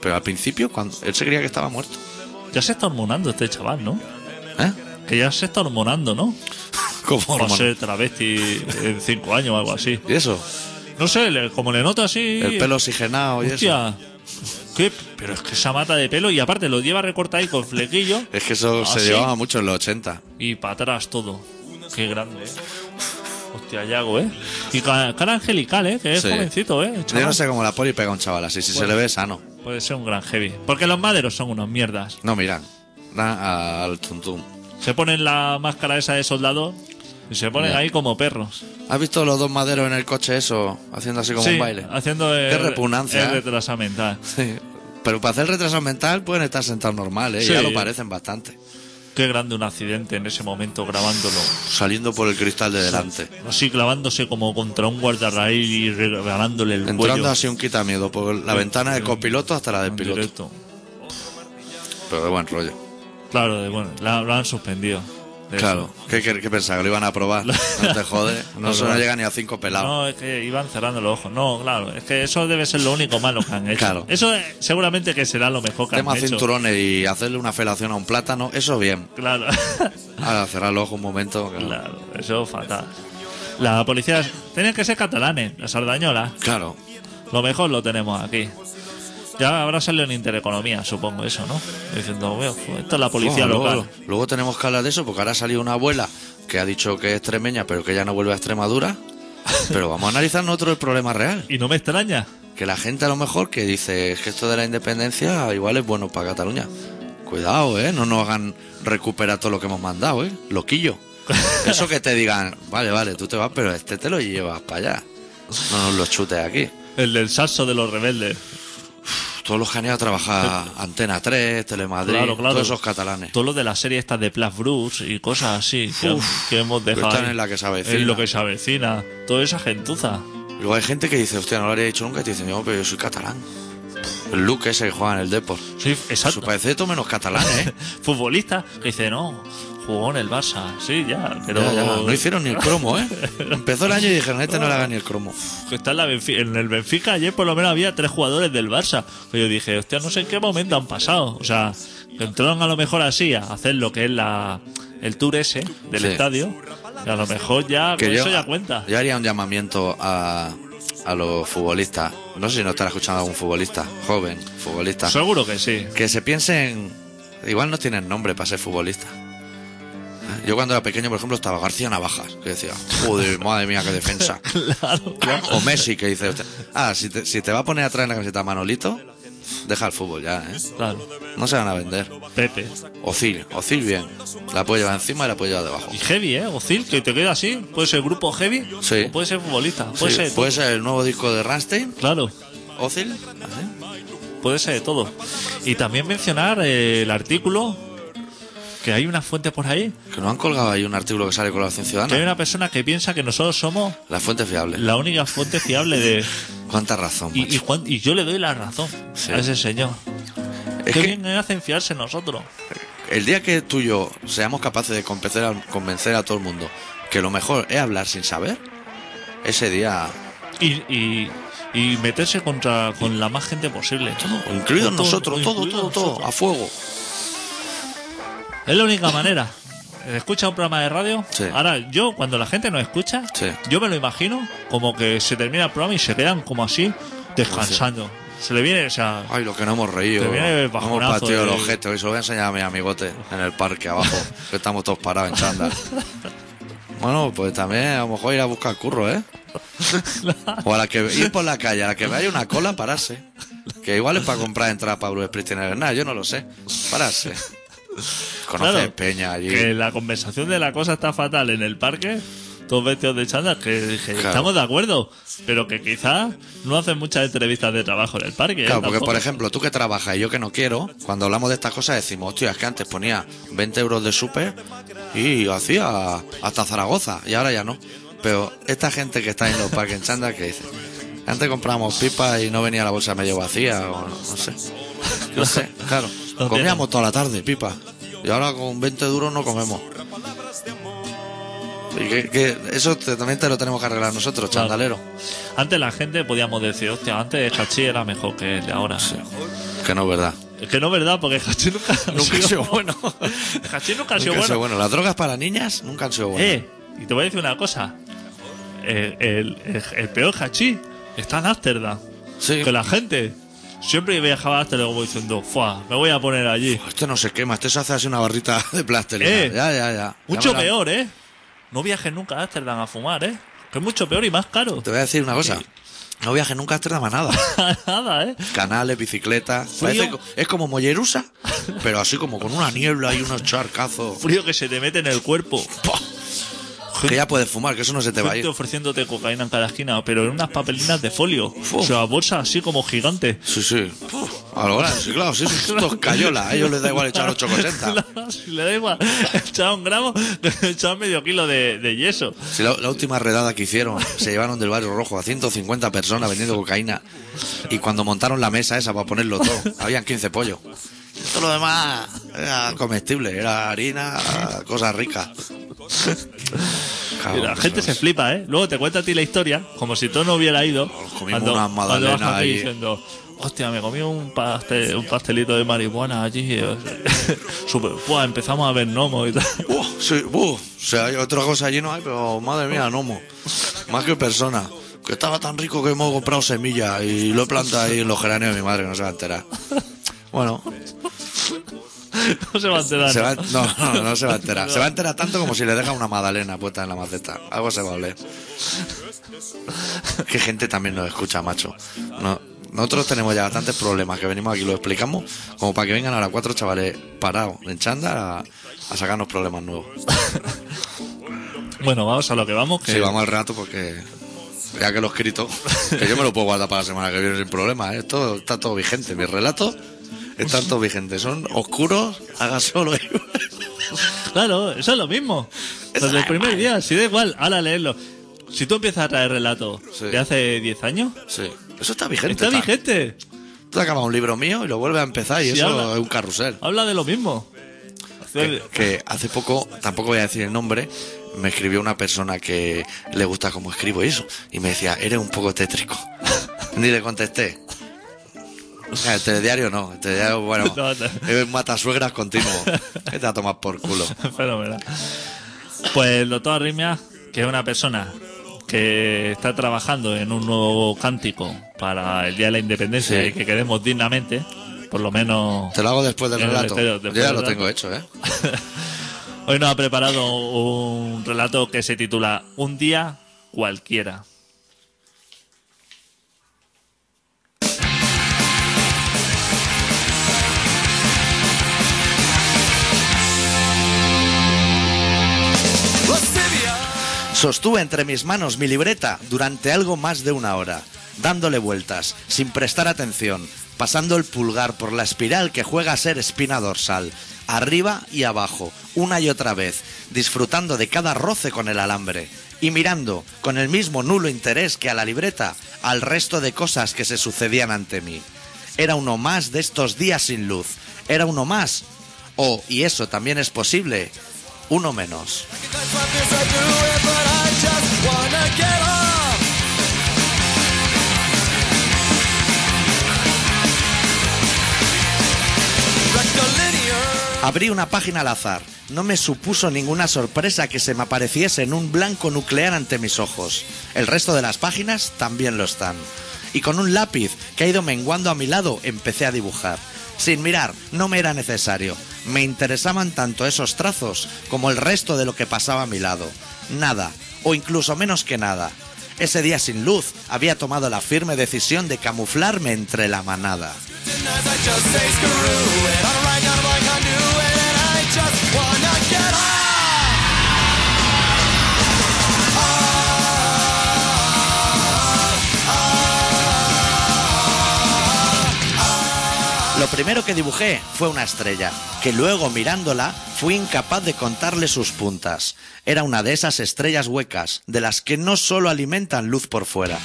Pero al principio, cuando él se creía que estaba muerto.
Ya se está hormonando este chaval, ¿no?
¿Eh?
Que ya se está hormonando, ¿no?
Como
Por
hormona.
ser travesti en cinco años o algo así.
Y eso,
No sé, le- como le nota así...
el pelo oxigenado y eso.
Hostia. ¿Qué? Pero es que esa mata de pelo y aparte lo lleva recortado ahí con flequillo
Es que eso
Ah,
se
¿sí?
llevaba mucho en los 80.
y para atrás todo. Qué grande, ¿eh? Hostia, Yago, ¿eh? Y ca- cara angelical, ¿eh? Que es
Sí.
jovencito, ¿eh?
Yo
Chaval.
no sé cómo la poli pega a un chaval así, si se le ve sano.
Puede ser un gran heavy. Porque los maderos son unos mierdas.
No, miran. Na- al tuntum.
Se ponen la máscara esa de soldado y se ponen
Ya.
ahí como perros.
¿Has visto los dos maderos en el coche eso, haciendo así como
Sí,
un baile?
Haciendo el,
Qué repugnancia,
el Ah,
¿eh?
retrasamental.
Sí. Pero para hacer retraso mental pueden estar sentados normal, ¿eh?
Sí.
Ya lo parecen bastante.
Qué grande un accidente en ese momento grabándolo.
Saliendo por el cristal de delante.
Así clavándose como contra un guardarraíl y regalándole el
Entrando
cuello.
así un quitamiedo por la
Sí.
ventana del copiloto hasta la del
En
piloto.
directo.
Pero de buen rollo.
Claro, de- bueno, la, lo han suspendido. de
Claro.
eso.
¿Qué, qué, qué pensaba? ¿Que lo iban a <laughs> probar? No te jode. No,
No,
eso no
claro.
llega ni a cinco pelados.
No, es que iban cerrando los ojos. No, claro, es que eso debe ser lo único malo que han hecho.
Claro.
Eso eh, seguramente que será lo mejor que
Tema
han hecho.
cinturones y hacerle una felación a un plátano, eso bien.
Claro. <laughs>
Ahora cerrar los ojos un momento. que no.
Claro, eso fatal. La policía tenían que ser catalanes, las sardañolas.
Claro.
Lo mejor lo tenemos aquí. Ya habrá salido en Intereconomía, supongo eso, ¿no? Diciendo, "Veo, pues, esto es la policía
Bueno,
local.
luego, luego tenemos que hablar de eso porque ahora ha salido una abuela que ha dicho que es extremeña pero que ya no vuelve a <laughs> Extremadura. Pero vamos a analizar nosotros el problema real.
Y no me extraña.
Que la gente a lo mejor que dice "Es que esto de la independencia igual es bueno para Cataluña. Cuidado, ¿eh? No nos hagan recuperar todo lo que hemos mandado, ¿eh?
<laughs>
Loquillo. Eso que te digan, vale, vale, tú te vas, pero este te lo llevas para allá. No nos lo chutes aquí.
El del sasso de los rebeldes.
Todos los que han ido a trabajar Antena 3, Telemadrid,
Claro, claro.
todos esos catalanes.
Todo lo de la serie estas de Plas Bruce y cosas así que,
Uf, pues
que hemos dejado.
están
ahí.
en la que se avecina.
En lo que se avecina. Toda esa gentuza.
Luego hay gente que dice, hostia, no lo habría dicho nunca, y te dicen, no, pero yo soy catalán. El Luke ese que juega en el Depor.
Sí,
Su
exacto.
parece todo menos catalán, ¿eh?
Futbolista que dice, no, jugó en el Barça. Sí, ya, pero.
Ya, ya, no hicieron ni el cromo,
<laughs>
¿eh? Empezó el año y dijeron, este no le haga ni el cromo.
que está en, la Benfi- en el Benfica ayer por lo menos había tres jugadores del Barça. Que yo dije, hostia, no sé en qué momento han pasado. O sea, que entraron a lo mejor así a hacer lo que es la el tour ese del
Sí.
estadio. Y a lo mejor ya
Que
con
yo-
eso ya cuenta.
Yo haría un llamamiento a, a los futbolistas. No sé si nos estará escuchando algún futbolista, joven, futbolista.
Seguro que sí.
Que se piensen, igual no tienen nombre para ser futbolista. Yo cuando era pequeño, por ejemplo, estaba García Navajas, que decía,
<laughs>
joder, madre mía, qué defensa.
Claro.
O Messi que dice, usted, ah, si te, si te va a poner atrás en la camiseta Manolito, deja el fútbol ya, ¿eh?
Claro.
No se van a vender.
Pepe.
Ocil, Ocil bien. La puede llevar encima y la puede llevar debajo.
Y heavy, ¿eh? Ocil, que te queda así. Puede ser grupo heavy.
Sí.
O puede ser futbolista. Puede
Sí,
ser.
puede ser el nuevo disco de Rammstein,
Claro.
Ocil. así.
Puede ser de todo. Y también mencionar eh, el artículo. Que hay una fuente por ahí.
Que no han colgado ahí un artículo que sale con la Colaboración
Que hay
Ciudadana.
una persona que piensa que nosotros somos
La fuente fiable.
la única fuente fiable de.
Cuánta razón,
Y, y
macho.
Juan- y yo le doy la razón
Sí.
a ese señor.
Es
Qué
que-
bien me hacen fiarse en nosotros.
El día que tú y yo seamos capaces de convencer a, convencer a todo el mundo que lo mejor es hablar sin saber, ese día,
Y, y- y meterse contra con la más gente posible. Todo,
incluidos
todo,
nosotros, todo,
incluidos
todo, todo,
nosotros.
a fuego.
Es la única manera. Escucha un programa de radio.
Sí.
Ahora, yo, cuando la gente nos escucha,
Sí.
yo me lo imagino como que se termina el programa y se quedan como así, descansando. Se le viene, o sea,
Ay, lo que no hemos reído.
Te viene el
No hemos
bajonazo
pateado
de-
los gestos. Eso voy a enseñar a mi amigote en el parque abajo. que estamos todos parados en chándal. Bueno, pues también a lo mejor ir a buscar curro, ¿eh? O a la que ir por la calle, a la que vea una cola, pararse. Que igual es para comprar entradas para Bruce Springsteen en el Bernabéu, yo no lo sé. Pararse. Conocer
Claro,
Peña allí.
que la conversación de la cosa está fatal en el parque, todos vestidos de chándal, que dije,
Claro.
estamos de acuerdo, pero que quizás no hacen muchas entrevistas de trabajo en el parque. ¿eh?
Claro, porque
Tampoco.
por ejemplo, tú que trabajas y yo que no quiero, cuando hablamos de estas cosas decimos, hostia, es que antes ponía 20 euros de súper y hacía hasta Zaragoza y ahora ya no. Pero esta gente que está en los parques en chándal que dice, antes comprábamos pipa y no venía la bolsa medio vacía o no, no sé. No
<laughs>
sé, claro.
No
Comíamos toda la tarde pipa y ahora con 20 duros no comemos. Y que, que eso te- también te lo tenemos que arreglar nosotros,
Claro.
chandalero.
Antes la gente podíamos decir, hostia, antes Hachi era mejor que el de ahora.
Que no es verdad.
Es que no es verdad, porque Hachi nunca,
<laughs> Nunca ha sido bueno.
<laughs> Hachi nunca ha sido
Nunca han
bueno.
sido bueno. Las drogas para niñas nunca han sido buenas.
Eh, y te voy a decir una cosa. El, el- el- el peor hachí está en Ámsterdam.
Sí.
Que la gente siempre que viajaba a Ámsterdam como diciendo, "Fua, me voy a poner allí.
Este no se quema, este se hace así una barrita <laughs> de plastilina.
Eh,
ya, ya, ya.
Mucho
Ya verás.
peor, ¿eh? No viajes nunca a Ámsterdam a fumar, ¿eh? Que es mucho peor y más caro.
Te voy a decir una cosa. No viajes nunca a Amsterdam a nada.
<laughs> Nada, ¿eh?
Canales, bicicletas.
Frío.
Parece co- es como Mollerusa, pero así como con una niebla y unos charcazos.
Frío que se te mete en el cuerpo.
Pues Que ya puedes fumar, que eso no se te va a
Gente
ir.
ofreciéndote cocaína en cada esquina, pero en unas papelinas de folio.
Fu.
O sea, bolsas así como gigantes.
Sí, sí. Ahora, sí, claro, si
<laughs>
es un cayola, a ellos les da igual echar 8,80.
Claro, <laughs> si le da igual <laughs> echar un gramo, <laughs> echar medio kilo de, de yeso.
Si la, la última redada que hicieron, se llevaron del barrio rojo a 150 personas vendiendo cocaína. Y cuando montaron la mesa esa para ponerlo todo, habían 15 pollos. Todo lo demás era comestible, era harina, cosas ricas.
Y
Cabrón,
la gente se flipa, ¿eh? Luego te cuenta a ti la historia, como si tú no hubiera ido.
comimos unas magdalenas
vas aquí
ahí.
diciendo, hostia, me comí un, pastel, un pastelito de marihuana allí. eh, o sea, <laughs> Super, buah, empezamos a ver gnomos y tal. <laughs>
Uh, sí, uh, o sea, hay otra cosa allí no hay, pero madre mía, Nomo. Más que persona. Que estaba tan rico que hemos comprado semillas y lo he plantado ahí en los geranios de mi madre, que no se va a enterar. Bueno,
No se va a enterar.
se va,
¿no?
no, no, <laughs> no se va a enterar. Se va a enterar tanto como si le deja una magdalena puesta en la maceta. Algo se va a <laughs> oler. Qué gente también nos escucha, macho. No- nosotros tenemos ya bastantes problemas que venimos aquí y lo explicamos, como para que vengan ahora cuatro chavales parados en chanda a, a sacarnos problemas nuevos.
Bueno, vamos a lo que vamos. Que
Sí, vamos al rato porque ya que lo he escrito, que yo me lo puedo guardar para la semana que viene sin problema. ¿eh? Esto está todo vigente. Mis relatos están todos vigentes. Son oscuros, haga solo.
Claro, eso es lo mismo. Desde el primer día, si da igual, ahora leerlo. Si tú empiezas a traer relatos
Sí.
de hace 10 años,
Sí, eso está vigente.
está vigente.
Tú te acabas un libro mío y lo vuelves a empezar y
Sí,
eso
habla.
es un carrusel.
Habla de lo mismo.
Que, que hace poco, tampoco voy a decir el nombre, me escribió una persona que le gusta cómo escribo y eso. Y me decía, eres un poco tétrico. <laughs> Ni le contesté. El telediario no, el telediario, bueno,
<laughs> No, no.
es matasuegras continuo. Que te va a tomar por culo.
<laughs> Fenomenal. Pues el doctor Arrimia, que es una persona que está trabajando en un nuevo cántico para el Día de la Independencia
Sí.
y que queremos dignamente, por lo menos
Te lo hago después del
Ya lo
relato.
tengo,
Yo
después
ya
del
lo
relato.
tengo hecho, ¿eh?
hoy nos ha preparado un relato que se titula Un día cualquiera.
Sostuve entre mis manos mi libreta durante algo más de una hora, dándole vueltas, sin prestar atención, pasando el pulgar por la espiral que juega a ser espina dorsal, arriba y abajo, una y otra vez, disfrutando de cada roce con el alambre, y mirando, con el mismo nulo interés que a la libreta, al resto de cosas que se sucedían ante mí. Era uno más de estos días sin luz, era uno más, o, y eso también es posible, uno menos. Abrí una página al azar. No me supuso ninguna sorpresa que se me apareciese en un blanco nuclear ante mis ojos. El resto de las páginas también lo están. Y con un lápiz que ha ido menguando a mi lado empecé a dibujar. Sin mirar, no me era necesario. Me interesaban tanto esos trazos como el resto de lo que pasaba a mi lado. Nada, o incluso menos que nada. Ese día sin luz había tomado la firme decisión de camuflarme entre la manada. Lo primero que dibujé fue una estrella, que luego mirándola fui incapaz de contarle sus puntas. Era una de esas estrellas huecas, de las que no solo alimentan luz por fuera.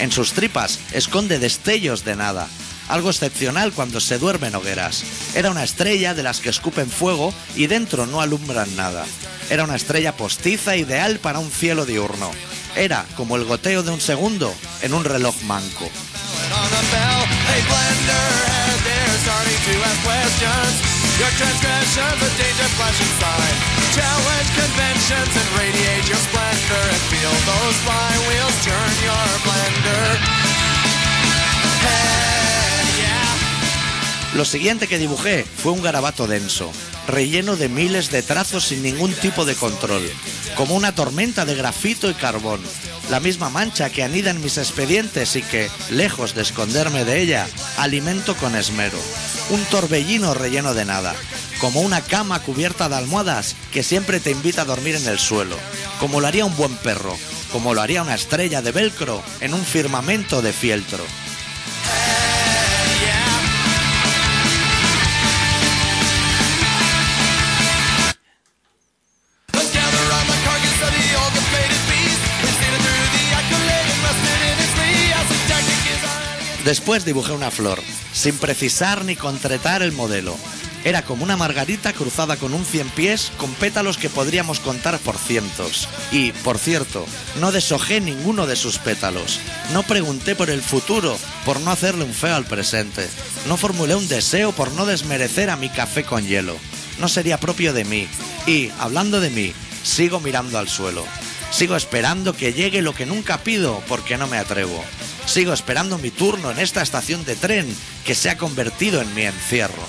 En sus tripas esconde destellos de nada, algo excepcional cuando se duermen hogueras. Era una estrella de las que escupen fuego y dentro no alumbran nada. Era una estrella postiza ideal para un cielo diurno. Era como el goteo de un segundo en un reloj manco. Lo siguiente que dibujé fue un garabato denso, relleno de miles de trazos sin ningún tipo de control, como una tormenta de grafito y carbón, la misma mancha que anida en mis expedientes y que, lejos de esconderme de ella, alimento con esmero, un torbellino relleno de nada, como una cama cubierta de almohadas que siempre te invita a dormir en el suelo, como lo haría un buen perro, como lo haría una estrella de velcro en un firmamento de fieltro.
Yeah.
Después dibujé una flor, sin precisar ni concretar el modelo. Era como una margarita cruzada con un cien pies con pétalos que podríamos contar por cientos. Y, por cierto, no deshojé ninguno de sus pétalos. No pregunté por el futuro, por no hacerle un feo al presente. No formulé un deseo por no desmerecer a mi café con hielo. No sería propio de mí. Y, hablando de mí, sigo mirando al suelo. Sigo esperando que llegue lo que nunca pido porque no me atrevo. Sigo esperando mi turno en esta estación de tren que se ha convertido en mi encierro.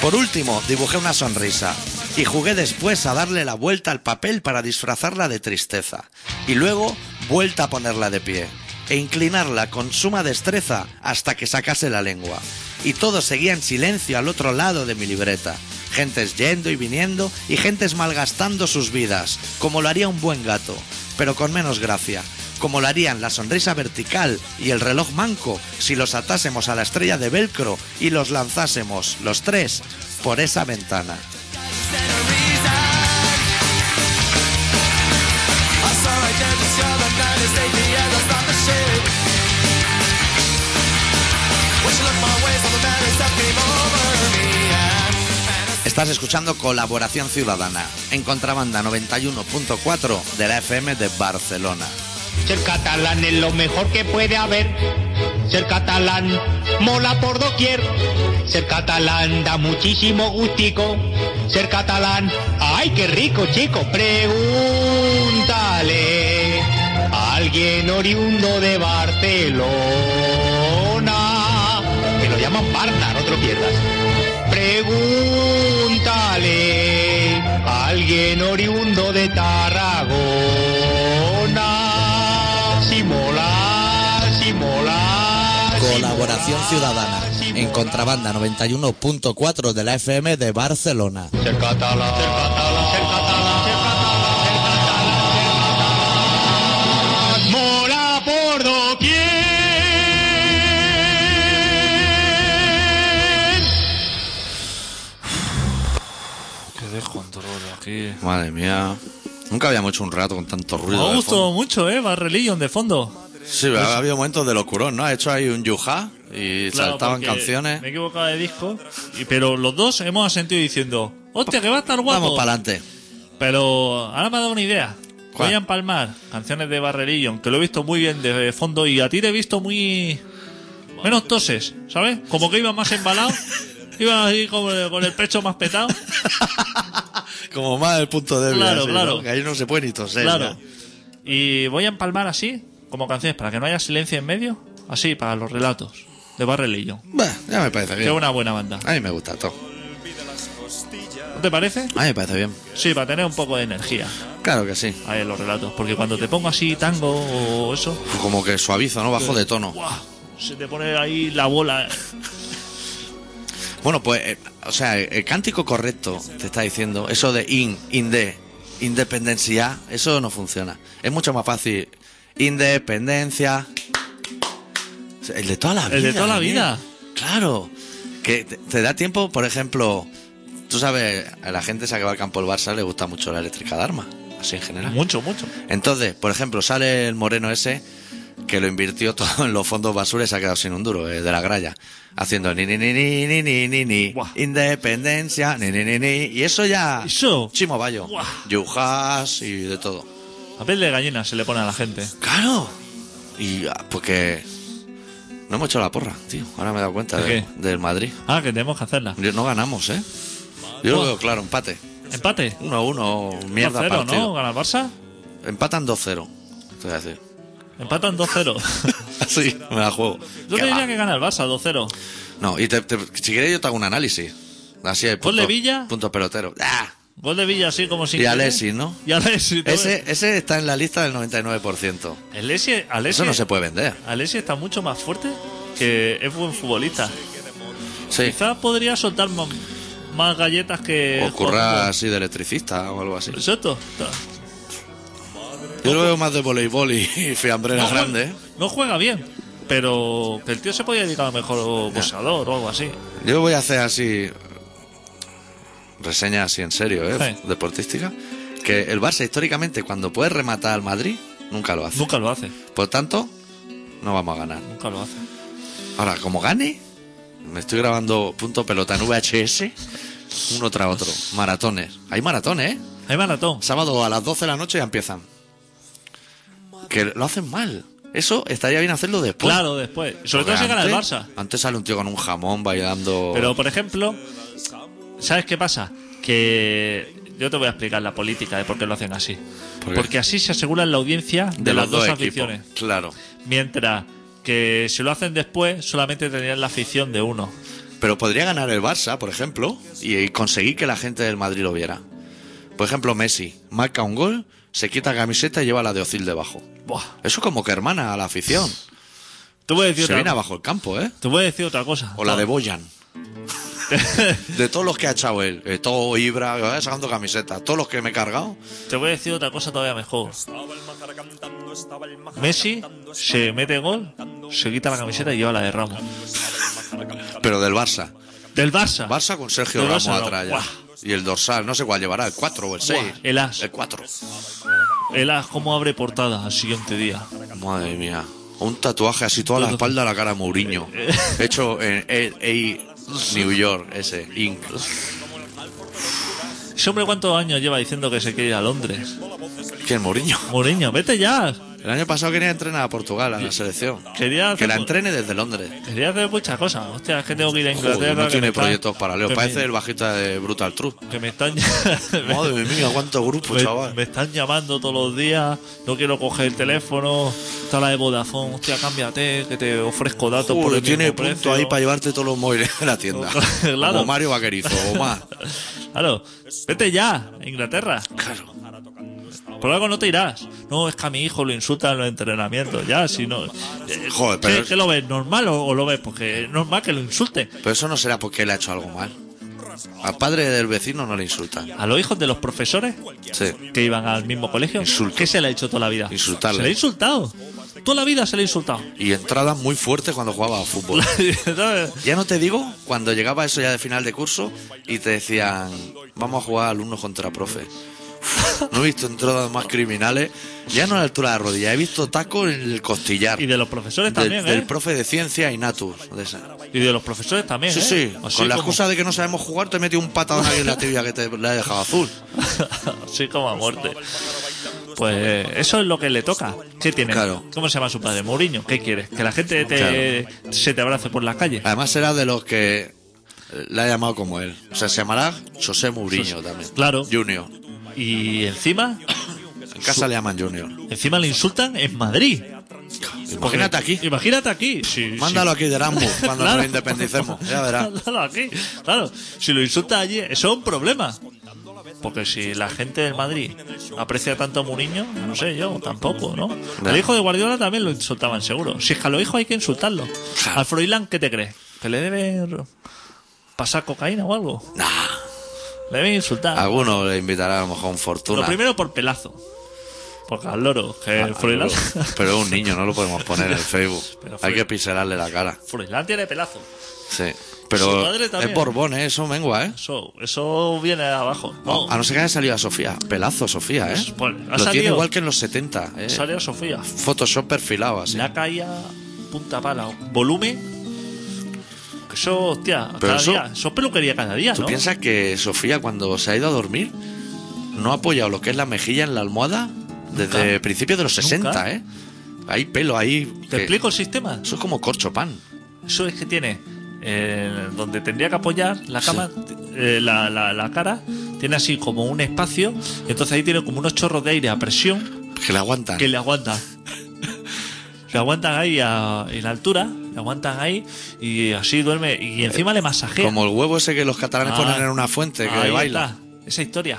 Por último, dibujé una sonrisa y jugué después a darle la vuelta al papel para disfrazarla de tristeza y luego vuelta a ponerla de pie e inclinarla con suma destreza hasta que sacase la lengua. Y todo seguía en silencio al otro lado de mi libreta. Gentes yendo y viniendo y gentes malgastando sus vidas, como lo haría un buen gato, pero con menos gracia, como lo harían la sonrisa vertical y el reloj manco si los atásemos a la estrella de velcro y los lanzásemos, los tres, por esa ventana. Estás escuchando Colaboración Ciudadana en Contrabanda 91.4 de la FM de Barcelona.
Ser catalán es lo mejor que puede haber. Ser catalán mola por doquier. Ser catalán da muchísimo gustico. Ser catalán, ay, qué rico, chico. Pregúntale a alguien oriundo de Barcelona. Que lo llaman Barna, no te lo pierdas. Pregúntale a alguien oriundo de Tarragona. Si mola, si mola. si
Colaboración
mola,
Ciudadana
si
en
mola.
Contrabanda 91.4 de la FM de Barcelona.
Ser catalán, ser catalán, ser catalán, ser catalán, ser catalán, ser catalán. Mola por doquier.
Qué descontrol aquí.
Madre mía. Nunca habíamos hecho un rato con tanto
Me
ruido.
ha
de
gustado
fondo.
mucho, ¿eh? Barreligion de fondo.
Sí, ha habido momentos de locurón, ¿no? Ha hecho ahí un yuja y
Claro,
saltaban
porque
canciones.
Me he equivocado de disco. y- pero los dos hemos asentido diciendo: ¡Hostia, que va a estar
Vamos
guapo!
para adelante.
Pero ahora me ha dado una idea.
¿Cuál?
Voy a empalmar canciones de Barrelillion, que lo he visto muy bien de fondo y a ti te he visto muy. menos toses, ¿sabes? Como que iba más
<laughs>
embalado, iba así como con el pecho más petado.
Como más el punto débil.
Claro,
así, ¿no?
claro.
Que ahí no se puede ni toser. ya.
Claro. Y voy a empalmar así, como canciones, para que no haya silencio en medio, así, para los relatos de Barrelillion.
Bah, ya me parece
Que es
bien.
una buena banda.
A mí me gusta todo.
¿No te parece?
A mí me parece bien.
Sí, para tener un poco de energía
Claro que sí.
ahí en los relatos. Porque cuando te pongo así tango o eso,
Como que suavizo, ¿no? Bajo de tono.
¡buah! se te pone ahí la
<laughs>
bola.
Bueno, pues, eh, o sea, el cántico correcto te está diciendo, eso de in, inde, independencia, eso no funciona. Es mucho más fácil. Independencia. O sea, El de toda la vida.
El de toda la
Daniel.
vida.
Claro. Que te, te da tiempo, por ejemplo, tú sabes, a la gente esa que va al campo del Barça le gusta mucho la eléctrica de arma, así en general.
Mucho, mucho.
Entonces, por ejemplo, sale el moreno ese que lo invirtió <laughs> todo en los fondos basura y se ha quedado sin un duro eh, de la gralla. Haciendo ni ni ni ni ni ni ni ni
Buah.
independencia ni ni ni ni y eso ya
Eso.
chimo bayo
Buah.
yujas y de todo
Papel de gallina se le pone a la gente.
claro y ah, porque no hemos hecho la porra tío ahora me he dado cuenta
¿De
de-
qué?
del Madrid
Ah, que tenemos que hacerla.
Yo- no ganamos eh yo lo
Buah.
veo claro empate
Empate.
1 uno mierda
2-0,
partido
¿no? ¿Gana el Barça?
empatan 2-0 te voy a decir <laughs>
Empatan 2-0.
sí me la juego
Yo
¿Qué
te diría
va?
que gana el Barça 2-0.
No, y te- te- si quieres yo te hago un análisis. Así hay
Ponle Villa.
Punto pelotero. ¡Ah!
Gol de Villa así como si.
Y Alessi, ¿no?
Y Alessi. ¿no?
Ese, ese está en la lista del 99%.
Alessi, Alessi-
Eso no se puede vender.
Alessi está mucho más fuerte que es buen futbolista.
Sí.
Quizás podría soltar ma- más, galletas que.
O currar así de electricista o algo así.
Exacto.
Yo lo veo más de voleibol y, <laughs> y fiambrera
juega-
grande. ¿eh?
no juega bien, pero que el tío se podía dedicar a mejor boxeador o algo así.
Yo voy a hacer así. reseña así en serio, ¿eh?
Sí.
Deportística. Que el Barça históricamente cuando puede rematar al Madrid, nunca lo hace.
Nunca lo hace,
Por tanto, no vamos a ganar.
nunca lo hace.
Ahora, como gane, me estoy grabando punto pelota en VHS, uno tras otro. Maratones. Hay maratones, ¿eh?
Hay maratón.
Sábado a las 12 de la noche ya empiezan. Que lo hacen mal. Eso estaría bien hacerlo después.
Claro, después. Sobre todo
Porque
si gana el
antes-
Barça.
Antes sale un tío con un jamón bailando.
Pero, por ejemplo, ¿sabes qué pasa? Que yo te voy a explicar la política de por qué lo hacen así.
¿Por qué?
Porque así se aseguran la audiencia de, las dos,
equipos.
aficiones.
Claro.
Mientras que si lo hacen después, solamente tendrían la afición de uno.
Pero podría ganar el Barça, por ejemplo, y, y conseguir que la gente del Madrid lo viera. Por ejemplo, Messi marca un gol, se quita la camiseta y lleva la de Ocil debajo.
Buah.
Eso como que hermana a la afición.
Te voy a decir,
Se viene
otra,
abajo el campo, ¿eh?
te voy a decir otra cosa.
O la de
<laughs>
Boyan. De todos los que ha echado él, eh, todo Ibra, eh, sacando camisetas, todos los que me he cargado,
Te voy a decir otra cosa todavía mejor. Messi se mete gol, se quita la camiseta y lleva la de Ramos.
pero del Barça.
Del Barça.
Barça con Sergio
Del
Ramos
Barça, no.
atrás ya.
Buah.
Y el dorsal, no sé cuál llevará, el 4 o el 6.
el as.
El 4.
El as, ¿cómo abre portada al siguiente día?
Madre mía. Un tatuaje así toda la espalda a la cara a
<laughs>
Mourinho. Hecho en LA, New York, ese, Inc.
Ese hombre cuántos años lleva diciendo que se quiere ir a Londres.
¿Quién, Mourinho?
Mourinho, vete ya.
El año pasado quería entrenar a Portugal, a la selección.
Quería
Que la
hacer-
entrene desde Londres.
Quería hacer muchas cosas. Hostia, es que tengo que ir a
Joder,
Inglaterra.
no
que me
tiene
están-
proyectos paralelos.
que
Parece
me-
el bajista de Brutal Truth.
Que me están... me-
<laughs> Madre mía, cuánto grupo,
<laughs> me,
chaval.
me están llamando todos los días, no quiero coger el teléfono, está la de Vodafone, hostia, cámbiate, que te ofrezco datos por
Joder,
el
tiene
mismo
punto
precio.
ahí para llevarte todos los móviles de la tienda.
<laughs> Claro.
Como Mario Vaquerizo o más.
Claro, vete ya a Inglaterra.
Claro.
Por algo no te irás. No, es que a mi hijo lo insultan en los entrenamientos. Ya, si no. eh,
Joder,
¿qué-
pero-
¿Qué, lo ves? ¿Normal o, o lo ves? Porque es normal que lo insulten.
Pero eso no será porque él ha hecho algo mal. Al padre del vecino no le insultan.
A los hijos de los profesores
Sí.
que iban al mismo colegio,
Insulto.
¿qué se le ha hecho toda la vida?
Insultarle.
Se le ha insultado. Toda la vida se le ha insultado.
Y entradas muy fuertes cuando jugaba a fútbol.
<laughs> ¿Sabes?
Ya no te digo, cuando llegaba eso ya de final de curso y te decían, vamos a jugar alumnos contra profe. No he visto entradas más criminales, ya no a la altura de la rodilla, he visto tacos en el costillar.
y de los profesores
Del-
también,
del
¿eh?
profe de ciencia Inatus. de esa.
Y de los profesores también,
Sí,
¿eh?
sí.
Así
Con la
como-
excusa de que no sabemos jugar, te metió un patadón ahí en la tibia que te la he dejado azul.
Así como a muerte. Pues eso es lo que le toca. ¿Qué tiene?
Claro.
¿Cómo se llama su padre? Mourinho. ¿Qué quieres? ¿Que la gente te, se te abrace por la calle?
Además, era de los que eh, la ha llamado como él. O sea, se llamará José Mourinho también.
Claro.
Junior.
Y encima,
En casa le llaman Junior.
encima le insultan en Madrid.
Imagínate aquí.
Imagínate aquí. Sí,
Mándalo aquí de
<laughs>
Rambo cuando
Claro.
nos independicemos. Ya verás.
Mándalo aquí. Claro, si lo insulta allí, eso es un problema. Porque si la gente del Madrid aprecia tanto a Mourinho, no sé yo, tampoco, ¿no?
No.
Al hijo de Guardiola también lo insultaban, seguro. Si es que a los hijos hay que insultarlo. Al Froilán, ¿qué te crees? ¿Que le debe pasar cocaína o algo?
Nah.
Le deben insultar.
Alguno le invitará a lo mejor un
lo
fortuna.
primero por pelazo. Porque al loro, que el Froilán...
Pero es un niño, no lo podemos poner
<laughs>
en el Facebook.
Pero fue-
Hay que pincelarle la cara.
<laughs> Froilán tiene pelazo.
Sí.
Su
Pero
padre también.
es Borbón, ¿eh? Eso mengua, ¿eh?
Eso, eso viene abajo. No,
A no ser que haya salido a Sofía. Pelazo, Sofía, ¿eh?
Pues, pues, ha
Lo tiene
salido.
igual que en los 70. ¿eh?
sale a Sofía.
Photoshop perfilado así.
La caía punta pala. Volumen. Que Eso, hostia, cada
eso-
día. Eso es peluquería cada día,
¿Tú
¿no?
piensas que Sofía, cuando se ha ido a dormir, no ha apoyado lo que es la mejilla en la almohada desde
Nunca.
principios de los 60,
Nunca.
¿eh? Hay pelo ahí.
¿Te
que-
explico el sistema?
Eso es como corcho pan.
Eso es que tiene. eh, donde tendría que apoyar la cama, eh, la, la- la cara, tiene así como un espacio. y Entonces ahí tiene como unos chorros de aire a presión
Que la aguantan.
que le aguantan. <laughs> Le aguantan ahí a- en altura, le aguantan ahí y así duerme. Y encima le masajea.
Como el huevo ese que los catalanes
Ah,
ponen en una fuente Este que
ahí
baila.
está, esa historia.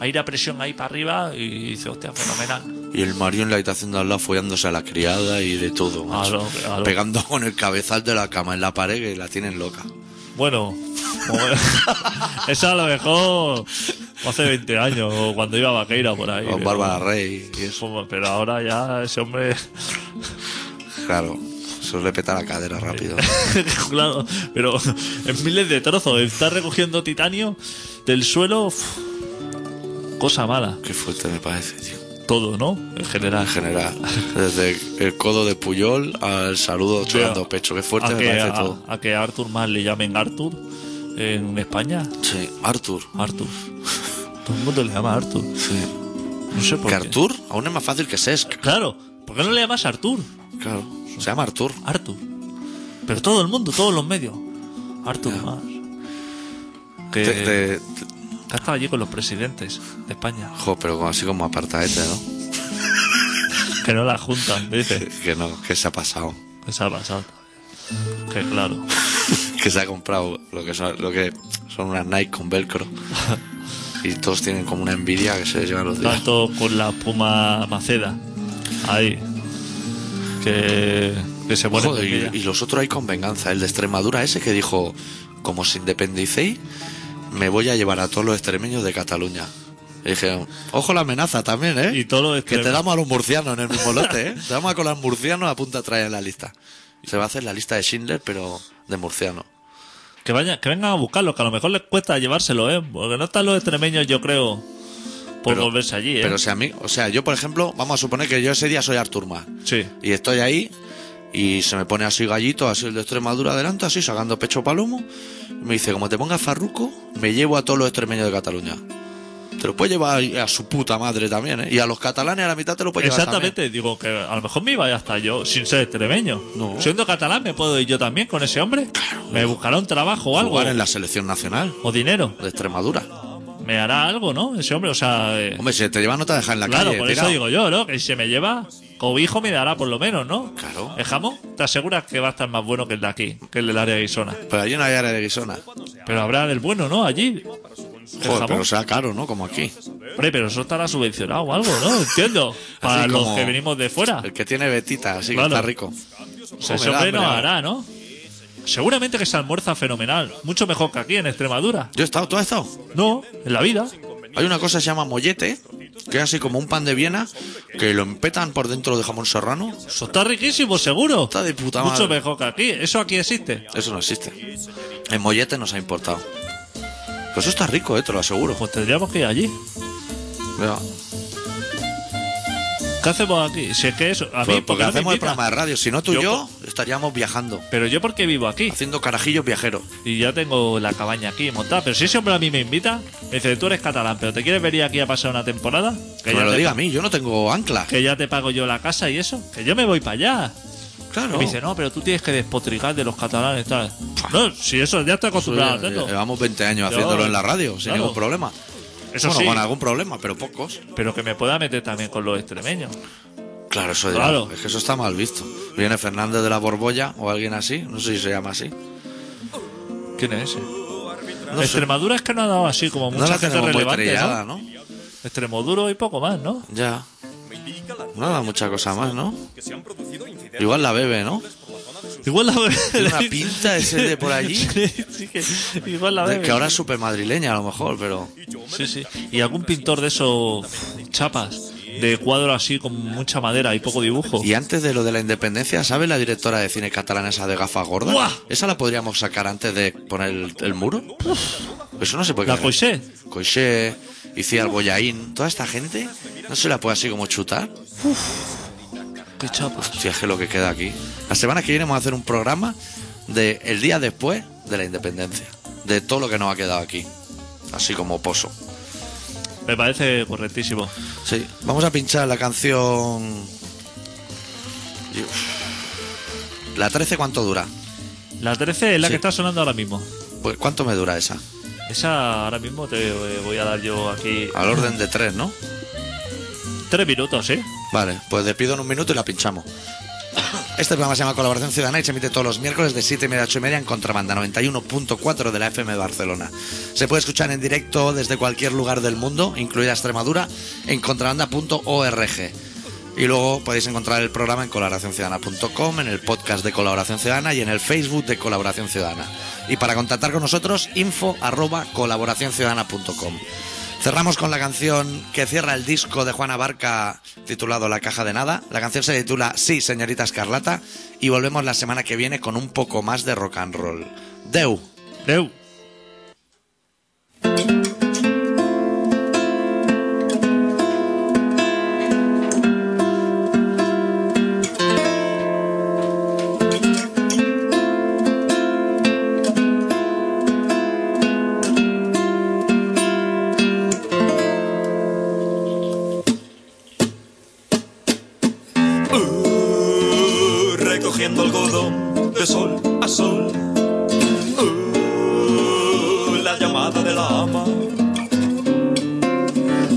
Ahí la presión ahí para arriba y dice, hostia, fenomenal.
Y el marido en la habitación de al lado follándose a la criada y de todo. macho.
lo- a lo-
Pegando con el cabezal de la cama en la pared que la tienen loca.
Bueno,
<laughs>
<laughs> como- eso a lo mejor hace 20 años, o cuando iba a Vaqueira por ahí.
Con
pero-
Bárbara Rey y eso.
<laughs> Como- Pero ahora ya ese hombre
Claro. Suele petar la cadera rápido.
claro, pero en miles de trozos. Está recogiendo titanio del suelo. uf, cosa mala.
Qué fuerte me parece, tío.
Todo, ¿no? En general.
En general, desde el codo de Puyol al saludo chorando pecho. Qué fuerte
a
me
que,
parece
a-
todo.
a que a Arthur más le llamen Arthur en España.
Sí, Arthur.
Arthur. <laughs> Todo el mundo le llama Arthur.
Sí.
No sé por
Que
qué.
Artur aún es más fácil que Sesc.
Claro, ¿por qué no le llamas Arthur?
Claro. Se llama Artur.
Arthur. Pero todo el mundo, todos los medios. Arthur más. Que,
Te-
Eh.
te- te-
que ha estado allí con los presidentes de España. <laughs>
jo, pero como- así como apartadete, ¿no?
Que no la juntan, dice.
Que no, que se ha pasado.
Que se ha pasado. Que claro.
Que se ha comprado lo que son, lo que son unas Nike con
<laughs>
velcro. Y todos tienen como una envidia que se les llevan los días.
Tanto con la puma maceda. Ahí. Que, que se muere.
Joder, y, y los otros ahí con venganza. El de Extremadura ese que dijo, como se independicéis, me voy a llevar a todos los extremeños de Cataluña. Y dijeron, ojo la amenaza también, ¿eh?
Y todos los
que te
extremos.
damos a los murcianos en el mismo
<laughs>
lote, ¿eh? Te damos a con los murcianos a punta traer en la lista. Se va a hacer la lista de Schindler, pero de murciano.
Que, vaya, que vengan a buscarlo, que a lo mejor les cuesta llevárselo, ¿eh? Porque no están los extremeños, yo creo, por
Pero-
volverse allí, ¿eh?
Pero si a mí, o sea, yo por ejemplo, vamos a suponer que yo ese día soy Artur Mas.
sí.
Y estoy ahí y se me pone así gallito, así el de Extremadura adelante, así sacando pecho palomo. Y me dice, como te pongas farruco, me llevo a todos los extremeños de Cataluña. Te lo puedes llevar a a su puta madre también, ¿eh? Y a los catalanes a la mitad te lo puedes llevar
Exactamente, digo que a lo mejor me iba hasta yo sin ser extremeño.
No.
Siendo catalán, me puedo ir yo también con ese hombre. Me buscará un trabajo o
también.
algo.
Jugar en la selección nacional
O dinero.
de Extremadura.
Me hará algo, ¿no? Ese hombre, o sea. eh,
Hombre, si te llevan no te dejan en la
claro,
calle.
por
tirado.
eso digo yo, ¿no? Que si se me lleva, cobijo me dará por lo menos, ¿no?
Claro.
El jamón, te aseguras que va a estar más bueno que el de aquí, que el del área de Guisona.
Pero allí no hay área de Guisona.
Pero habrá del bueno, ¿no? Allí. El
Joder,
jamón.
pero sea caro, ¿no? Como aquí.
Hombre, pero eso estará subvencionado o algo, ¿no? Entiendo. Para los
como-
que venimos de fuera.
El que tiene betita, así
Claro.
que está rico.
O
Joder,
sea, ese hombre
hambre,
no
ahora.
hará, ¿no? Seguramente que se almuerza fenomenal. Mucho mejor que aquí en Extremadura.
Yo he estado, ¿tú has estado?
No, en la vida.
Hay una cosa que se llama mollete, que es así como un pan de Viena, que lo empetan por dentro de jamón serrano.
Eso está riquísimo, seguro.
Está de puta
Mucho
madre.
mejor que aquí. Eso aquí existe.
Eso no existe. El mollete nos ha importado. Pero eso está rico, eh, te lo aseguro.
Pues tendríamos que ir allí.
Mira,
¿Qué hacemos aquí? Si es que eso. A mí,
pues,
¿por
porque
qué no me
hacemos el
invitan?
programa de radio. Si no tú y
Yo-
yo, estaríamos viajando,
Pero yo porque vivo aquí.
haciendo carajillos viajeros.
Y ya tengo la cabaña aquí montada. Pero si ese hombre a mí me invita, me dice, tú eres catalán, pero ¿te quieres venir aquí a pasar una temporada?
Que
ya
me lo
te
diga a
pa-
mí, yo no tengo ancla.
Que ya te pago yo la casa y eso. Que yo me voy para allá.
Claro.
Me dice, no, pero tú tienes que despotricar de los catalanes. Tal. No, si eso ya estoy
Eso
acostumbrado a
ya-
hacerlo.
Llevamos 20 años haciéndolo en la radio, sin
Claro.
ningún problema.
Eso
eh, bueno,
sí.
con algún problema, pero pocos.
Pero que me pueda meter también con los extremeños.
Claro, eso dirá,
Claro.
es que eso está mal visto. Viene Fernández de la Borbolla o alguien así, no sé si se llama así.
¿Quién es ese?
No sé.
Extremadura es que no ha dado así como
No
mucha
la
gente
tenemos muy
relevante,
trillada,
¿no?
¿no?
Extremoduro y poco más, ¿no?
Ya. No da mucha cosa más, ¿no?
que se han producido incidentes
Igual la bebe, ¿no?
Igual la
Tiene
<laughs>
una pinta de ser de por allí.
Sí, que- Igual <laughs> la
De-
bebe.
que ahora es súper madrileña, a lo mejor, pero.
Sí, sí. Y algún pintor de esos uf, chapas, de cuadro así con mucha madera y poco dibujo.
Y antes de lo de la independencia, ¿sabe la directora de cine catalana esa de gafas gorda?
¡Buah!
Esa la podríamos sacar antes de poner el, el muro. Eso no se puede
La
creer.
Coixet.
Coixet, Iciar Boyaín, toda esta gente, no se la puede así como chutar.
Qué chapas.
Si es que lo que queda aquí. La semana que viene vamos a hacer un programa de el día después de la independencia. De todo lo que nos ha quedado aquí. Así como pozo.
Me parece correctísimo.
Sí. Vamos a pinchar la canción. La 13, ¿cuánto dura?
La 13 es la
Sí.
que está sonando ahora mismo.
Pues, ¿Cuánto me dura esa?
Esa ahora mismo te eh, voy a dar yo aquí
Al orden de 3, ¿no?
tres minutos, ¿eh?
Vale, pues despido en un minuto y la pinchamos. Este programa se llama Colaboración Ciudadana y se emite todos los miércoles de 7 y media a 8 y media en Contrabanda 91.4 de la FM de Barcelona. Se puede escuchar en directo desde cualquier lugar del mundo, incluida Extremadura, en contrabanda.org. Y luego podéis encontrar el programa en colaboracionciudadana.com, en el podcast de Colaboración Ciudadana y en el Facebook de Colaboración Ciudadana. Y para contactar con nosotros, info arroba colaboracionciudadana.com. Cerramos con la canción que cierra el disco de Juana Barca titulado La caja de nada. La canción se titula Sí, señorita Escarlata y volvemos la semana que viene con un poco más de rock and roll. Deu.
Deu.
Uh, recogiendo algodón de sol a sol. Uh, la llamada de la ama.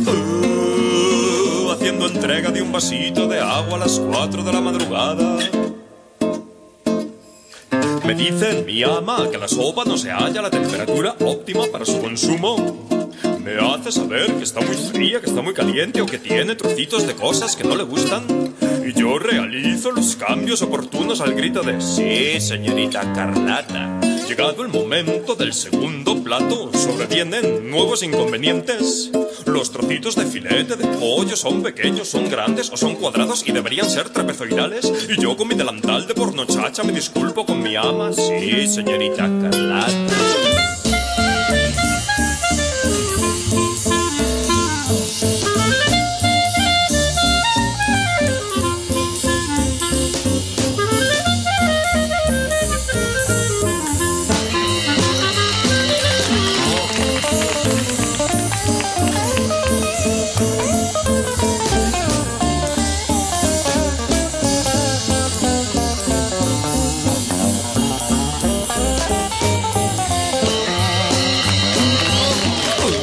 Uh, haciendo entrega de un vasito de agua a las 4 de la madrugada. Me dicen mi ama que la sopa no se halla a la temperatura óptima para su consumo. Me hace saber que está muy fría, que está muy caliente o que tiene trocitos de cosas que no le gustan. Y yo realizo los cambios oportunos al grito de Sí, señorita Carlata. Llegado el momento del segundo plato, sobrevienen nuevos inconvenientes. Los trocitos de filete de pollo son pequeños, son grandes o son cuadrados y deberían ser trapezoidales. Y yo con mi delantal de pornochacha me disculpo con mi ama. Sí, señorita Carlata.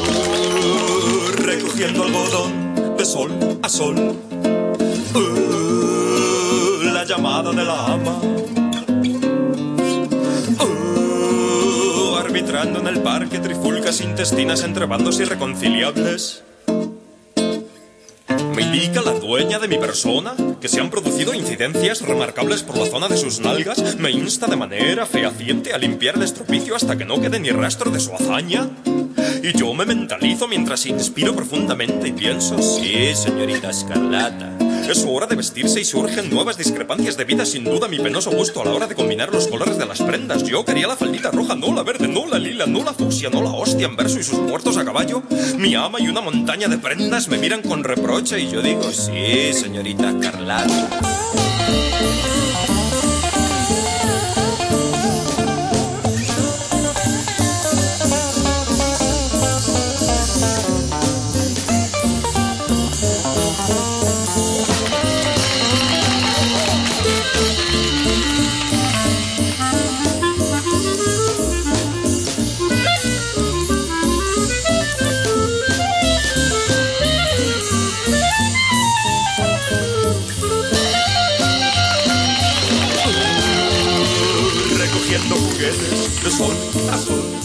Uh, recogiendo algodón de sol a sol. Uh, la llamada de la ama. Uh, arbitrando en el parque trifulcas intestinas entre bandos irreconciliables. Me indica la dueña de mi persona que se han producido incidencias remarcables por la zona de sus nalgas. Me insta de manera fehaciente a limpiar el estropicio hasta que no quede ni rastro de su hazaña. Y yo me mentalizo mientras inspiro profundamente y pienso, sí, señorita Escarlata. Es su hora de vestirse y surgen nuevas discrepancias debidas sin duda a mi penoso gusto a la hora de combinar los colores de las prendas. Yo quería la faldita roja, no la verde, no la lila, no la fucsia, no la hostia en verso y sus muertos a caballo. Mi ama y una montaña de prendas me miran con reproche y yo digo, sí, señorita Carlata. recogiendo juguetes de sol a sol.